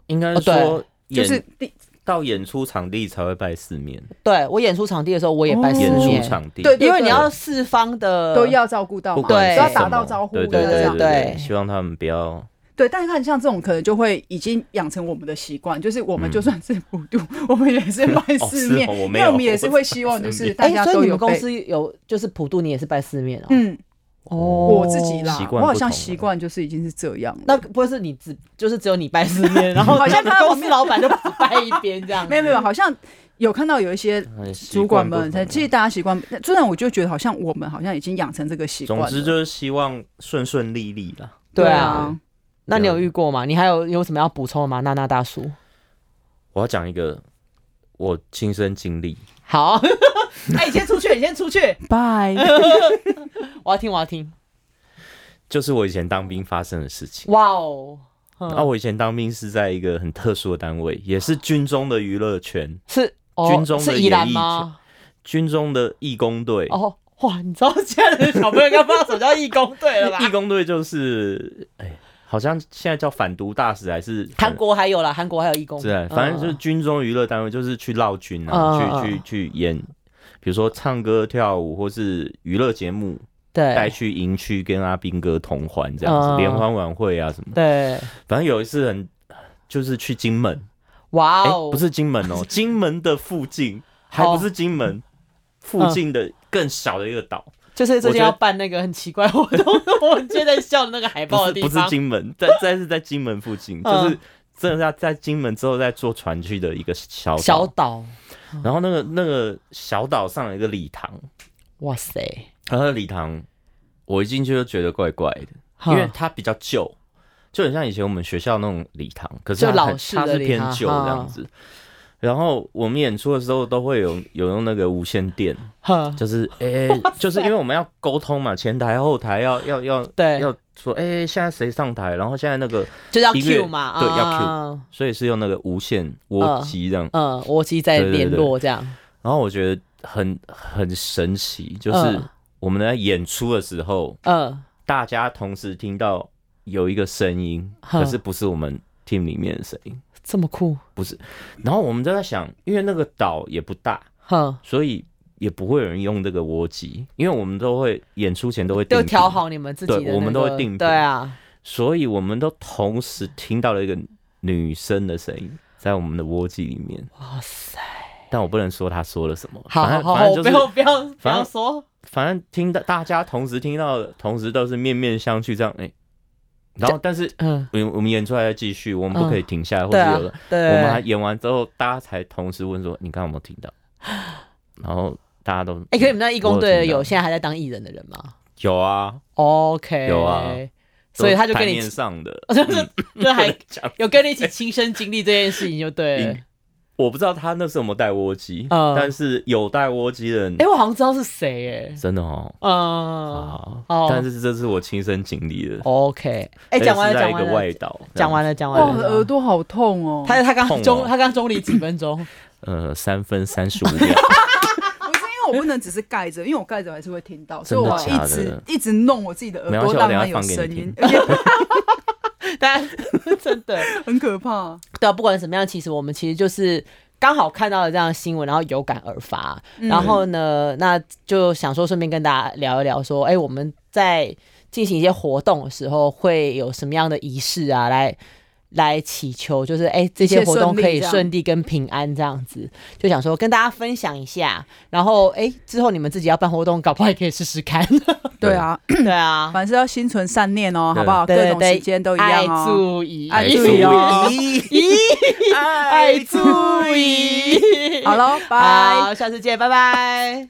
[SPEAKER 3] 应该
[SPEAKER 1] 哦对
[SPEAKER 3] 说
[SPEAKER 2] 就
[SPEAKER 3] 演、
[SPEAKER 2] 是第
[SPEAKER 3] 到演出场地才会拜四面，
[SPEAKER 1] 对我演出场地的时候，我也拜四
[SPEAKER 3] 演
[SPEAKER 1] 面
[SPEAKER 3] 出，场地
[SPEAKER 2] 对
[SPEAKER 1] 因为你要四方的
[SPEAKER 2] 哦都要照顾到
[SPEAKER 3] 不
[SPEAKER 2] 嘛，
[SPEAKER 3] 管
[SPEAKER 1] 对
[SPEAKER 2] 都要
[SPEAKER 3] 是
[SPEAKER 2] 打
[SPEAKER 3] 什
[SPEAKER 2] 到
[SPEAKER 3] 么
[SPEAKER 2] 招呼
[SPEAKER 3] 对
[SPEAKER 2] 的
[SPEAKER 3] 对
[SPEAKER 2] 这
[SPEAKER 3] 对
[SPEAKER 2] 样
[SPEAKER 3] 对。
[SPEAKER 1] 对
[SPEAKER 3] 对，希望他们不要哦
[SPEAKER 2] 对，但是看像这种可能就会已经养成我们的习惯，就是我们
[SPEAKER 3] 嗯
[SPEAKER 2] 就算是普渡， 我们也是拜
[SPEAKER 3] 哦
[SPEAKER 2] 四
[SPEAKER 3] 是
[SPEAKER 2] 面，
[SPEAKER 3] 嗯哦我
[SPEAKER 2] 因
[SPEAKER 3] 没
[SPEAKER 2] 为我
[SPEAKER 3] 有
[SPEAKER 2] 们也
[SPEAKER 3] 我
[SPEAKER 2] 是
[SPEAKER 3] 不
[SPEAKER 2] 会
[SPEAKER 3] 是
[SPEAKER 2] 希望就
[SPEAKER 3] 四
[SPEAKER 2] 是
[SPEAKER 3] 面
[SPEAKER 2] 大
[SPEAKER 1] 哎、
[SPEAKER 2] 家
[SPEAKER 1] 所以
[SPEAKER 2] 都
[SPEAKER 1] 你
[SPEAKER 2] 有
[SPEAKER 1] 们公
[SPEAKER 2] 被。
[SPEAKER 1] 司有就是普渡，你也是拜四面哦。
[SPEAKER 2] 嗯，
[SPEAKER 1] 哦，
[SPEAKER 2] 我自己啦
[SPEAKER 3] 习，惯
[SPEAKER 2] 我
[SPEAKER 3] 不
[SPEAKER 2] 好像
[SPEAKER 3] 同
[SPEAKER 2] 习
[SPEAKER 3] 了
[SPEAKER 2] 惯就是已经是这样了。
[SPEAKER 1] 那不会是你只就是只有你拜四面，然后
[SPEAKER 2] 好像
[SPEAKER 1] 你
[SPEAKER 2] 他
[SPEAKER 1] 们 公司老板就只拜一边这样？
[SPEAKER 2] 没有没有，好像有看到有一些
[SPEAKER 3] 哎
[SPEAKER 2] 主管们，
[SPEAKER 3] 习惯不同
[SPEAKER 2] 其实大家习惯，虽然我就觉得好像我们好像已经养成这个习惯
[SPEAKER 3] 总
[SPEAKER 2] 了。
[SPEAKER 3] 之就是希望顺顺利利啦。
[SPEAKER 1] 对
[SPEAKER 2] 对
[SPEAKER 1] 啊，
[SPEAKER 2] 啊，
[SPEAKER 1] 那你有遇过吗？你还有有什么要补充的吗？娜娜大叔，
[SPEAKER 3] 我要讲一个我亲身经历，
[SPEAKER 1] 好，哎、你先出 去，你先出去，
[SPEAKER 2] 拜，
[SPEAKER 1] 我要听，我要听。
[SPEAKER 3] 就是我以前当兵发生的事情。
[SPEAKER 1] 哇哦，嗯
[SPEAKER 3] 啊那、我以前当兵是在一个很特殊的单位，也是军中的娱乐圈，
[SPEAKER 1] 是哦
[SPEAKER 3] 军中的
[SPEAKER 1] 是
[SPEAKER 3] 演
[SPEAKER 1] 宜兰
[SPEAKER 3] 艺
[SPEAKER 1] 吗？
[SPEAKER 3] 军中的义工队。
[SPEAKER 1] 哦，哇，你知道现在的小朋友应该不知道什么叫义工队了吧？
[SPEAKER 3] 义工队就是，哎，好像现在叫反毒大使还是
[SPEAKER 1] 韩？国还有啦，韩国还有义工，
[SPEAKER 3] 是啊，反正就是军中娱乐单位，就是去绕军啊，
[SPEAKER 1] 嗯
[SPEAKER 3] 去
[SPEAKER 1] 嗯
[SPEAKER 3] 去去演，比如说唱歌、跳舞或是娱乐节目，带
[SPEAKER 1] 对
[SPEAKER 3] 去营区跟阿兵哥同欢这样子，
[SPEAKER 1] 嗯
[SPEAKER 3] 联欢晚会啊什么。
[SPEAKER 1] 对，
[SPEAKER 3] 反正有一次很，就是去金门，
[SPEAKER 1] 哇
[SPEAKER 3] 哎、
[SPEAKER 1] 哦，
[SPEAKER 3] 不是 金门哦，金门的附近，还不是金门、附近的更小的一个岛，
[SPEAKER 1] 就是最
[SPEAKER 3] 我
[SPEAKER 1] 近
[SPEAKER 3] 觉得
[SPEAKER 1] 要办那个很奇怪活动，我今天在笑的那个海报
[SPEAKER 3] 不
[SPEAKER 1] 的
[SPEAKER 3] 是
[SPEAKER 1] 哦地
[SPEAKER 3] 不是
[SPEAKER 1] 方，
[SPEAKER 3] 金门， 在在是在金门附近，就
[SPEAKER 1] 嗯
[SPEAKER 3] 是真的在在金门之后再坐船去的一个小
[SPEAKER 1] 小
[SPEAKER 3] 岛，
[SPEAKER 1] 岛，
[SPEAKER 3] 然后那个那个小岛上有一个礼堂，
[SPEAKER 1] 哇塞，
[SPEAKER 3] 然后那个礼堂我一进去就觉得怪怪的，因为它比较旧，就很像以前我们学校那种礼堂，可是它
[SPEAKER 1] 就老
[SPEAKER 3] 很
[SPEAKER 1] 式
[SPEAKER 3] 它
[SPEAKER 1] 的
[SPEAKER 3] 是
[SPEAKER 1] 礼
[SPEAKER 3] 偏
[SPEAKER 1] 堂
[SPEAKER 3] 旧这样子。然后我们演出的时候都会有有用那个无线电，
[SPEAKER 1] 哼哼
[SPEAKER 3] 就是诶、就是因为我们要沟通嘛，前台后台要要要
[SPEAKER 1] 对
[SPEAKER 3] 要说诶、现在谁上台，然后现在那个，
[SPEAKER 1] 就是要
[SPEAKER 3] 音乐
[SPEAKER 1] Q 嘛，
[SPEAKER 3] 对要
[SPEAKER 1] 啊
[SPEAKER 3] 所以是用那个无线窝机这样。
[SPEAKER 1] 嗯，我其实在
[SPEAKER 3] 对对
[SPEAKER 1] 联
[SPEAKER 3] 对
[SPEAKER 1] 络这样，
[SPEAKER 3] 然后我觉得很很神奇，就是
[SPEAKER 1] 嗯
[SPEAKER 3] 我们在演出的时候，
[SPEAKER 1] 嗯，
[SPEAKER 3] 大家同时听到有一个声音，
[SPEAKER 1] 哼
[SPEAKER 3] 可是不是我们 team 里面的声音。
[SPEAKER 1] 这么酷，
[SPEAKER 3] 然后我们都在想，因为那个岛也不大，
[SPEAKER 1] 哼，
[SPEAKER 3] 所以也不会有人用这个窝机，因为我们都会演出前都会定
[SPEAKER 1] 就
[SPEAKER 3] 频
[SPEAKER 1] 调，好你们自己的那
[SPEAKER 3] 对
[SPEAKER 1] 个，
[SPEAKER 3] 我们都会定频
[SPEAKER 1] 对啊，
[SPEAKER 3] 所以我们都同时听到了一个女生的声音在我们的窝机里面，
[SPEAKER 1] 哇塞，
[SPEAKER 3] 但我不能说她说了什么，
[SPEAKER 1] 好好
[SPEAKER 3] 反正
[SPEAKER 1] 好，
[SPEAKER 3] 反
[SPEAKER 1] 好
[SPEAKER 3] 正
[SPEAKER 1] 不
[SPEAKER 3] 就是
[SPEAKER 1] 要不要不
[SPEAKER 3] 反
[SPEAKER 1] 要
[SPEAKER 3] 正
[SPEAKER 1] 说，
[SPEAKER 3] 反正听到大家同时听到的，同时都是面面相觑这样，哎、然后但是
[SPEAKER 1] 嗯，
[SPEAKER 3] 我们我们演出来再继续，我们不可以停下来，或
[SPEAKER 1] 对
[SPEAKER 3] 者
[SPEAKER 1] 啊
[SPEAKER 3] 有的、，
[SPEAKER 1] 对，
[SPEAKER 3] 我们还演完之后，大家才同时问说你刚刚有没有听到， 然后大家都
[SPEAKER 1] 哎，可以你们那义工
[SPEAKER 3] 我有
[SPEAKER 1] 队
[SPEAKER 3] 听到
[SPEAKER 1] 有现在还在当艺人的人吗
[SPEAKER 3] 有啊，
[SPEAKER 1] ？OK，
[SPEAKER 3] 有啊
[SPEAKER 1] 所以他就
[SPEAKER 3] 台
[SPEAKER 1] 跟你呃
[SPEAKER 3] 面，上的，
[SPEAKER 1] 就是就还
[SPEAKER 3] 讲
[SPEAKER 1] 有跟你一起亲身经历这件事情就对了
[SPEAKER 3] 嗯。我不知道他那时候有没有带窝机，
[SPEAKER 1] 嗯
[SPEAKER 3] 但是有带窝机的人
[SPEAKER 1] 哎、我好像知道是谁哎、
[SPEAKER 3] 真的哦。
[SPEAKER 1] 嗯
[SPEAKER 3] 啊
[SPEAKER 1] 哦！
[SPEAKER 3] 但是这是我亲身经历的。
[SPEAKER 1] ，OK，哎、
[SPEAKER 3] 而且
[SPEAKER 1] 讲完
[SPEAKER 3] 是
[SPEAKER 1] 了，
[SPEAKER 3] 在
[SPEAKER 1] 讲
[SPEAKER 3] 一个
[SPEAKER 1] 完
[SPEAKER 3] 外
[SPEAKER 1] 了，
[SPEAKER 3] 岛，
[SPEAKER 1] 讲完
[SPEAKER 3] 了，
[SPEAKER 1] 了，讲
[SPEAKER 2] 哇，
[SPEAKER 1] 完
[SPEAKER 2] 我的耳
[SPEAKER 1] 了。
[SPEAKER 2] 朵好痛哦。
[SPEAKER 1] 他他刚
[SPEAKER 3] 痛哦
[SPEAKER 1] 中，他刚中离几分钟？
[SPEAKER 3] 呃，三分三十五秒，
[SPEAKER 2] 不是因为我不能只是盖着，因为我盖着还是会听到，所以
[SPEAKER 3] 真的
[SPEAKER 2] 我
[SPEAKER 3] 假
[SPEAKER 2] 一
[SPEAKER 3] 的
[SPEAKER 2] 直一直弄我自己的
[SPEAKER 3] 没
[SPEAKER 2] 耳朵，
[SPEAKER 3] 关系
[SPEAKER 2] 让
[SPEAKER 3] 我等一下
[SPEAKER 2] 它有
[SPEAKER 3] 放给你
[SPEAKER 2] 声音
[SPEAKER 3] 听，
[SPEAKER 2] 而且
[SPEAKER 1] 但 真的，
[SPEAKER 2] 很可 怕。
[SPEAKER 1] 对啊，不管怎么样，其实我们其实就是刚好看到了这样的新闻，然后有感而发，然后呢，那就想说顺便跟大家聊一聊，说，哎、我们在进行一些活动的时候会有什么样的仪式啊，来来祈求，就是哎、这
[SPEAKER 2] 一
[SPEAKER 1] 些
[SPEAKER 2] 切
[SPEAKER 1] 活动
[SPEAKER 2] 顺利
[SPEAKER 1] 可以
[SPEAKER 2] 这样
[SPEAKER 1] 顺利跟平安这样子，就想说跟大家分享一下，然后哎、之后你们自己要办活动，搞不好也可以试试看，
[SPEAKER 2] 对啊，
[SPEAKER 1] 对 啊，
[SPEAKER 2] 凡事要心存善念哦，好不好？
[SPEAKER 1] 对
[SPEAKER 2] 各
[SPEAKER 1] 对
[SPEAKER 2] 种
[SPEAKER 1] 对
[SPEAKER 2] 时间都一
[SPEAKER 1] 爱
[SPEAKER 2] 样哦。
[SPEAKER 1] 注意，
[SPEAKER 2] 爱
[SPEAKER 3] 注
[SPEAKER 2] 注意 哦
[SPEAKER 3] 意，
[SPEAKER 1] 咦，爱注意。
[SPEAKER 2] 好喽，拜。
[SPEAKER 1] 好，下次见，拜拜。